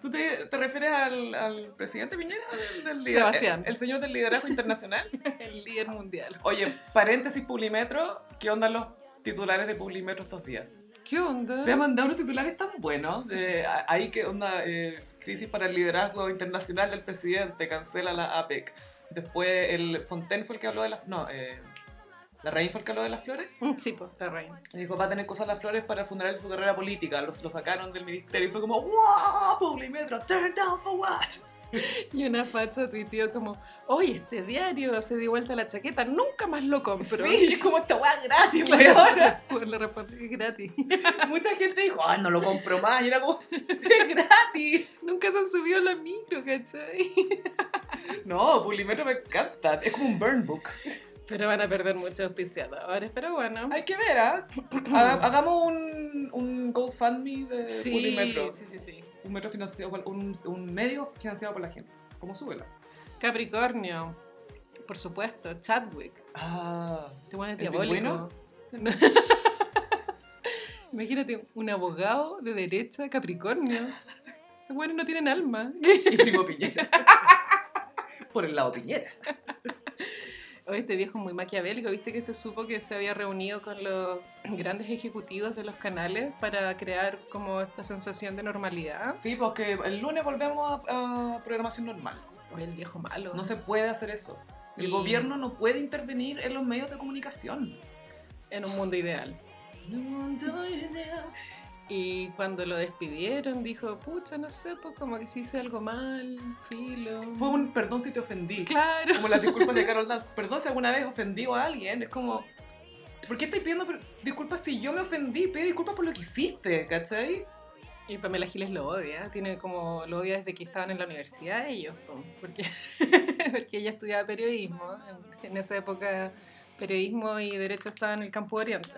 Speaker 1: [laughs] ¿Tú te, te refieres al, al presidente Piñera? Del, del lider-
Speaker 2: Sebastián.
Speaker 1: El, el señor del liderazgo internacional.
Speaker 2: el líder mundial.
Speaker 1: Oye, paréntesis Publimetro, ¿qué onda los titulares de Publimetro estos días?
Speaker 2: ¿Qué onda?
Speaker 1: Se han mandado unos titulares tan buenos. de- a- ahí que onda, eh, crisis para el liderazgo internacional del presidente, cancela la APEC. Después el Fontaine fue el que habló de las... No, eh, la Reina fue el que habló de las flores.
Speaker 2: Mm, Sí, pues, la reina.
Speaker 1: Y dijo, va a tener cosas las flores para el funeral de su carrera política. Los, lo sacaron del ministerio y fue como, wow, Publimetro, turn down for what?
Speaker 2: Y una facha tuiteó como, hoy este diario se dio vuelta la chaqueta, nunca más lo compro. [laughs]
Speaker 1: sí, [laughs] es como esta weá gratis,
Speaker 2: Claro,
Speaker 1: weona.
Speaker 2: pues, [laughs] le respondí gratis. [laughs]
Speaker 1: Mucha gente dijo, ah, no lo compro más. Y era como, [laughs] es gratis.
Speaker 2: Nunca se han subido a la micro, ¿cachai? [laughs]
Speaker 1: No, Publimetro me encanta. Es como un burn book.
Speaker 2: Pero van a perder muchos auspiciadores, pero bueno.
Speaker 1: Hay que ver, [clears throat] ¿ah? Haga- Hagamos un, un GoFundMe de Publimetro.
Speaker 2: sí, sí, sí.
Speaker 1: Un, metro financiado, por- un, un medio financiado por la gente. ¿Cómo súbela?
Speaker 2: Capricornio, por supuesto, Chadwick.
Speaker 1: Ah,
Speaker 2: Te pones
Speaker 1: ¿El
Speaker 2: diabólico. No. [laughs] Imagínate un abogado de derecha
Speaker 1: [laughs]
Speaker 2: Capricornio. Ese bueno no tienen alma.
Speaker 1: [laughs] y primo Piñera. [laughs] por el lado Piñera.
Speaker 2: O este viejo muy maquiavélico, viste que se supo que se había reunido con los [clears throat] grandes ejecutivos de los canales para crear como esta sensación de normalidad.
Speaker 1: Sí, porque el lunes volvemos a, a programación normal.
Speaker 2: O el viejo malo.
Speaker 1: No se puede hacer eso. El
Speaker 2: Y-
Speaker 1: gobierno no puede intervenir en los medios de comunicación.
Speaker 2: En un mundo ideal. Y cuando lo despidieron, dijo, pucha, no sé, pues como que si hice algo mal, filo.
Speaker 1: [laughs] Fue un perdón si te ofendí.
Speaker 2: Claro.
Speaker 1: Como las disculpas de Carol Dance. Perdón si alguna vez ofendí a alguien. Es como. ¿Por qué estáis pidiendo per- disculpas si yo me ofendí? Pide disculpas por lo que hiciste, ¿cachai?
Speaker 2: Y Pamela Giles lo odia, tiene como lo odia desde que estaban en la universidad ellos, po, porque, [laughs] porque ella estudiaba periodismo, en, en esa época periodismo y derecho estaban en el campo de oriente.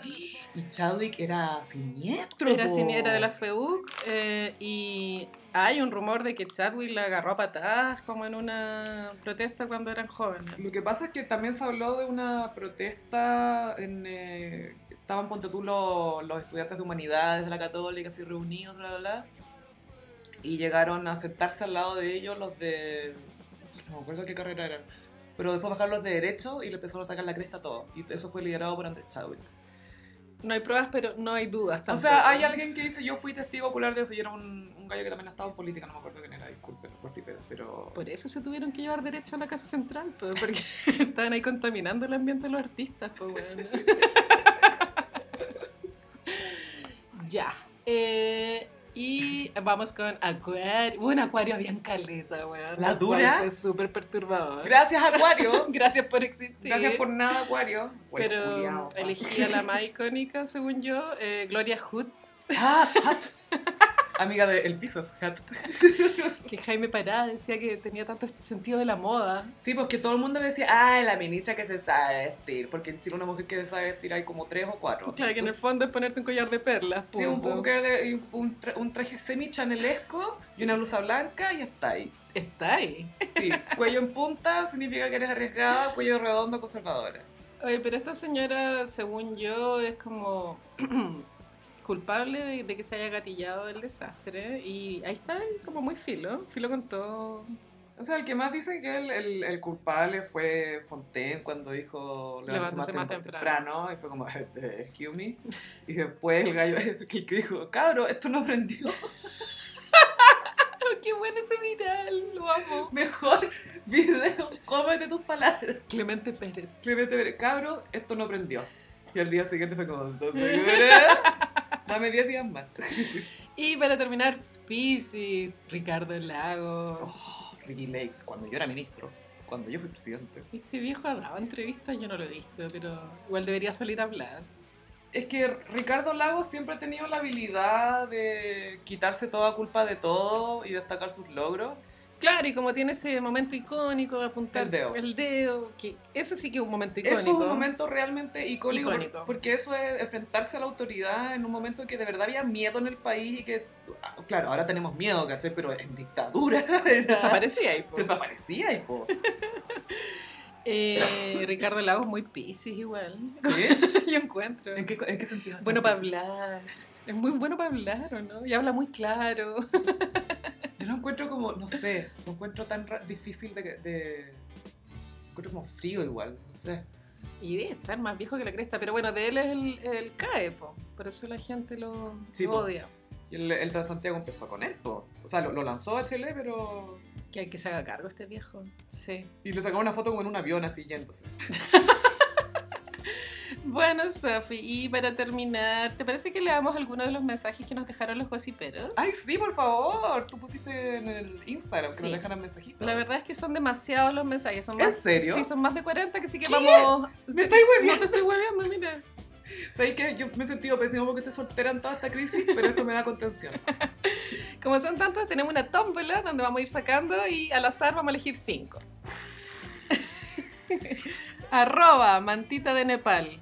Speaker 1: Y Chadwick era siniestro.
Speaker 2: Era,
Speaker 1: po.
Speaker 2: sin- era de la FEUC eh, y hay un rumor de que Chadwick la agarró a patadas como en una protesta cuando eran jóvenes.
Speaker 1: Lo que pasa es que también se habló de una protesta en... eh, estaban, ponte tú, los, los estudiantes de humanidades de la católica, así reunidos, bla, bla, bla. Y llegaron a sentarse al lado de ellos los de... No me acuerdo qué carrera eran. Pero después bajaron los de derecho y le empezaron a sacar la cresta a todos. Y eso fue liderado por Andrés Chadwick.
Speaker 2: No hay pruebas, pero no hay dudas tampoco.
Speaker 1: O sea, hay alguien que dice, yo fui testigo ocular de eso. Y era un, un gallo que también ha estado en política, no me acuerdo quién era, disculpen, pues sí, pero... pero...
Speaker 2: Por eso se tuvieron que llevar derecho a la Casa Central, po, porque [laughs] estaban ahí contaminando el ambiente de los artistas, pues bueno. [laughs] ya. Eh, y vamos con Acuario. Bueno, Acuario bien caleta, weón.
Speaker 1: ¿La dura?
Speaker 2: Fue súper perturbador.
Speaker 1: Gracias,
Speaker 2: [laughs]
Speaker 1: Acuario.
Speaker 2: Gracias por existir.
Speaker 1: Gracias por nada, Acuario. Bueno,
Speaker 2: Pero um,
Speaker 1: culiao, pa.
Speaker 2: elegí a la más icónica, según yo, eh, Gloria Hood.
Speaker 1: Ah, Pat. amiga de El Pisos Hat.
Speaker 2: Que Jaime Pará decía que tenía tanto sentido de la moda.
Speaker 1: Sí, porque todo el mundo le decía, ah, la ministra que se sabe vestir, porque en Chile una mujer que se sabe vestir hay como tres o cuatro.
Speaker 2: Pues claro, que en el fondo es ponerte un collar de perlas.
Speaker 1: Sí, un,
Speaker 2: punto.
Speaker 1: búnker de- un- un tra- un traje semi-chanelesco y una blusa blanca y está ahí.
Speaker 2: Está ahí.
Speaker 1: Sí, cuello en punta significa que eres arriesgada, cuello redondo, conservadora.
Speaker 2: Oye, pero esta señora, según yo, es como [clears throat] culpable de, de que se haya gatillado el desastre. Y ahí está, él como muy filo, filo con [laughs] todo.
Speaker 1: O sea, el que más dice que el, el- el culpable fue Fontaine cuando dijo
Speaker 2: Levántese más
Speaker 1: y fue como, "Eh, eh, excuse me. Y después el gallo [laughs] el que dijo, cabro, esto no prendió.
Speaker 2: Oh, ¡Qué bueno ese viral! ¡Lo amo!
Speaker 1: [laughs] Mejor video, cómete tus palabras.
Speaker 2: Clemente Pérez.
Speaker 1: Simplemente, pero, cabro, esto no prendió. Y al día siguiente fue como, [laughs] "Esto se- dame 10 días más.
Speaker 2: Y para terminar, Pisces, Ricardo Lagos.
Speaker 1: Oh, Ricky Lakes, cuando yo era ministro, cuando yo fui presidente.
Speaker 2: Este viejo ha dado entrevistas, yo no lo he visto, pero igual debería salir a hablar.
Speaker 1: Es que Ricardo Lagos siempre ha tenido la habilidad de quitarse toda culpa de todo y destacar sus logros.
Speaker 2: Claro, y como tiene ese momento icónico de apuntar
Speaker 1: El dedo.
Speaker 2: dedo, que eso sí que es un momento icónico.
Speaker 1: Eso es un
Speaker 2: [laughs]
Speaker 1: momento realmente icónico, por-
Speaker 2: Icónico.
Speaker 1: porque eso es enfrentarse a la autoridad en un momento que de verdad había miedo en el país y que, ah, claro, ahora tenemos miedo, ¿cachai? Pero en dictadura [laughs] era-
Speaker 2: Desaparecía ahí. po.
Speaker 1: Desaparecía y
Speaker 2: [laughs]
Speaker 1: po.
Speaker 2: Eh, Ricardo Lagos muy piscis igual. [laughs]
Speaker 1: ¿Sí?
Speaker 2: Yo encuentro.
Speaker 1: ¿En qué, en qué sentido?
Speaker 2: Bueno para hablar. Es muy bueno para hablar, ¿o no? Y habla muy claro. [laughs]
Speaker 1: Yo lo encuentro como, no sé, lo encuentro tan ra- difícil de... de... lo encuentro como frío igual, no sé.
Speaker 2: Y debe estar más viejo que la cresta. Pero bueno, de él es el, el CAE, po. Por eso la gente lo
Speaker 1: Sí, po.
Speaker 2: odia.
Speaker 1: Y el, el Transantiago empezó con él, po. O sea, lo, lo lanzó a Chile, pero...
Speaker 2: Que hay que se haga cargo este viejo. Sí.
Speaker 1: Y le sacó una foto como en un avión así yéndose.
Speaker 2: Bueno, Sofi, y para terminar, ¿te parece que leamos algunos de los mensajes que nos dejaron los gossiperos?
Speaker 1: ¡Ay, sí, por favor! Tú pusiste en el Instagram que
Speaker 2: Sí.
Speaker 1: nos dejaran mensajitos.
Speaker 2: La verdad es que son demasiados los mensajes. Son
Speaker 1: ¿En
Speaker 2: más-
Speaker 1: serio?
Speaker 2: Sí, son más de 40, que sí que vamos...
Speaker 1: ¡Me estáis
Speaker 2: No
Speaker 1: hueviando!
Speaker 2: te estoy hueveando, mira.
Speaker 1: ¿Sabéis que Yo me he sentido pésimo porque estoy soltera en toda esta crisis, pero esto me da contención.
Speaker 2: Como son tantos, tenemos una tómbola donde vamos a ir sacando y al azar vamos a elegir cinco. [laughs] Arroba mantita de Nepal.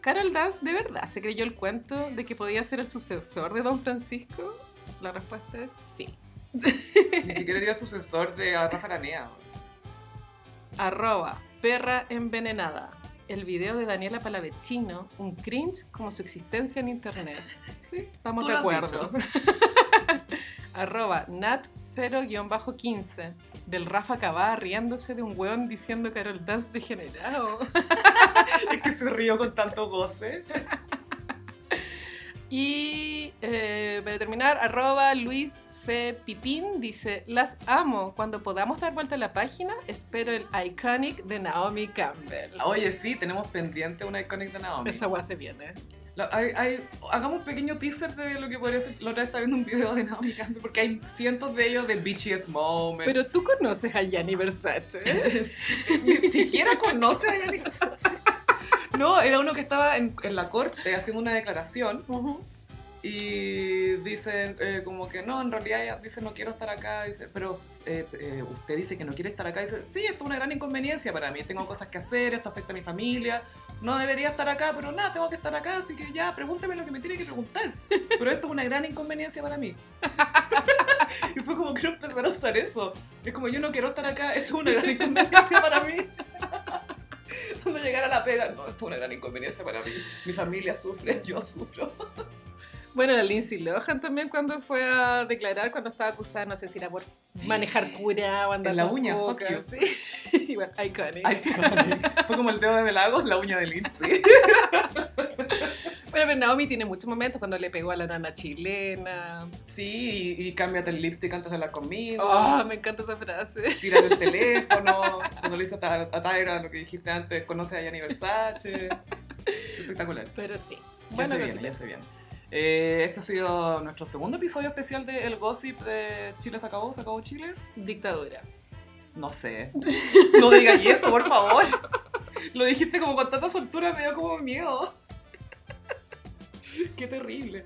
Speaker 2: Carol Dance de verdad se creyó el cuento de que podía ser el sucesor de Don Francisco. La respuesta es sí.
Speaker 1: Ni siquiera era sucesor de Rafa Aranea.
Speaker 2: Arroba perra envenenada. El video de Daniela Palavecino, un cringe como su existencia en internet.
Speaker 1: Sí.
Speaker 2: Estamos
Speaker 1: Tú
Speaker 2: de
Speaker 1: lo has
Speaker 2: acuerdo. [laughs] Arroba nat0-15 del Rafa Cabá riéndose de un weón diciendo Carol Dance degenerado. [laughs]
Speaker 1: Es [laughs] que se rió con tanto goce.
Speaker 2: Y eh, para terminar, arroba Luis Fe Pipín dice, las amo, cuando podamos dar vuelta a la página, espero el Iconic de Naomi Campbell.
Speaker 1: Oye, sí, tenemos pendiente una icónica de Naomi.
Speaker 2: Esa weá se viene.
Speaker 1: La- hay- hay- hagamos un pequeño teaser de lo que podría ser. Lora está viendo un video de Naomi Campbell porque hay cientos de ellos de BTS Moment.
Speaker 2: Pero tú conoces a Gianni Versace.
Speaker 1: [laughs] Ni siquiera conoce a Yannick Versace. [laughs] No, era uno que estaba en, en la corte haciendo una declaración
Speaker 2: Ujú.
Speaker 1: y dicen eh, como que no, en realidad ella dice no quiero estar acá, dice, pero eh, eh, usted dice que no quiere estar acá, dice, sí, esto es una gran inconveniencia para mí, tengo cosas que hacer, esto afecta a mi familia, no debería estar acá, pero nada, tengo que estar acá, así que ya, pregúnteme lo que me tiene que preguntar, pero esto es una gran inconveniencia para mí. [laughs] Y fue como quiero empezar a usar eso. Es como yo no quiero estar acá, esto es una gran inconveniencia para mí. [laughs] Cuando llegara la pega, no, esto es una gran inconveniencia para mí. Mi familia sufre, yo sufro.
Speaker 2: Bueno, la Lindsay Lohan también cuando fue a declarar, cuando estaba acusada, no sé si era por manejar cura o andar
Speaker 1: En la
Speaker 2: con
Speaker 1: uña, fuck
Speaker 2: coca,
Speaker 1: you.
Speaker 2: sí. [laughs] Igual, iconic.
Speaker 1: Iconic. Fue como el dedo de Velagos, la uña de Lindsay.
Speaker 2: Bueno, pero Naomi tiene muchos momentos cuando le pegó a la nana chilena.
Speaker 1: Sí, y, y cámbiate el lipstick antes de hablar conmigo.
Speaker 2: Oh, me encanta esa frase.
Speaker 1: Tírate el teléfono. Cuando le dices a, a Tyra lo que dijiste antes, conoce a Gianni Versace. Espectacular.
Speaker 2: Pero sí.
Speaker 1: Ya
Speaker 2: Bueno,
Speaker 1: se
Speaker 2: que
Speaker 1: viene,
Speaker 2: sí
Speaker 1: ya
Speaker 2: le-
Speaker 1: se viene. Eh, este ha sido nuestro segundo episodio especial de El Gossip de Chile se acabó, se acabó Chile.
Speaker 2: Dictadura.
Speaker 1: No sé. No digas eso, por favor. Lo dijiste como con tanta soltura, me dio como miedo. Qué terrible.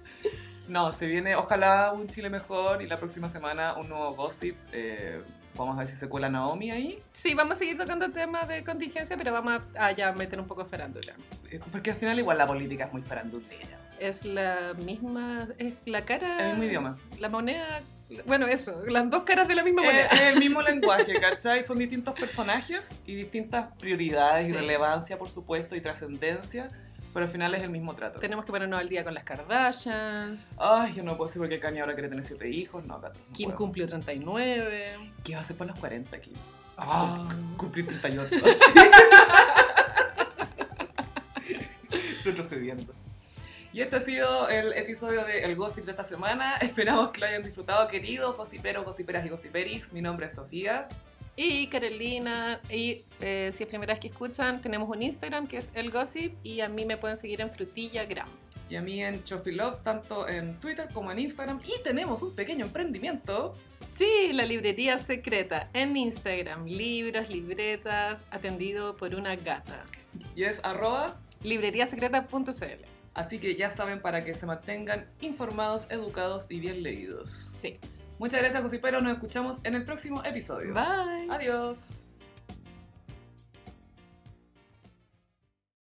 Speaker 1: No, se viene, ojalá un Chile mejor y la próxima semana un nuevo gossip. Eh, vamos a ver si se cuela Naomi ahí.
Speaker 2: Sí, vamos a seguir tocando temas de contingencia, pero vamos a, a ya meter un poco de farándula.
Speaker 1: Eh, Porque al final igual la política es muy farandulera.
Speaker 2: Es la misma, es la cara...
Speaker 1: El mismo idioma.
Speaker 2: La moneda, bueno, eso, las dos caras de la misma
Speaker 1: Eh,
Speaker 2: moneda.
Speaker 1: Es el mismo lenguaje, ¿cachai? Son distintos personajes y distintas prioridades y
Speaker 2: Sí.
Speaker 1: relevancia, por supuesto, y trascendencia, pero al final es el mismo trato.
Speaker 2: Tenemos que ponernos al día con las Kardashians.
Speaker 1: Ay, yo no puedo decir porque Kanye ahora quiere tener siete hijos, no, gato. no
Speaker 2: Kim
Speaker 1: puedo.
Speaker 2: cumplió 39.
Speaker 1: ¿Qué va a hacer por los 40, Kim?
Speaker 2: Ah.
Speaker 1: Cum- Cumplir [laughs] 38. Retrocediendo. Y este ha sido el episodio de El Gossip de esta semana. [laughs] Esperamos que lo hayan disfrutado, queridos gossiperos, gossiperas y gossiperis. Mi nombre es Sofía.
Speaker 2: Y Carolina, y eh, si es primera vez que escuchan, tenemos un Instagram que es El Gossip y a mí me pueden seguir en frutillagram.
Speaker 1: Y a mí en Chofilove, tanto en Twitter como en Instagram. Y tenemos un pequeño emprendimiento.
Speaker 2: Sí, la librería secreta en Instagram. Libros, libretas, atendido por una gata.
Speaker 1: Y es arroba.
Speaker 2: Libreriasecreta.cl.
Speaker 1: Así que ya saben para que se mantengan informados, educados y bien leídos.
Speaker 2: Sí.
Speaker 1: Muchas gracias, gossiperos. Nos escuchamos en el próximo episodio.
Speaker 2: Bye.
Speaker 1: Adiós.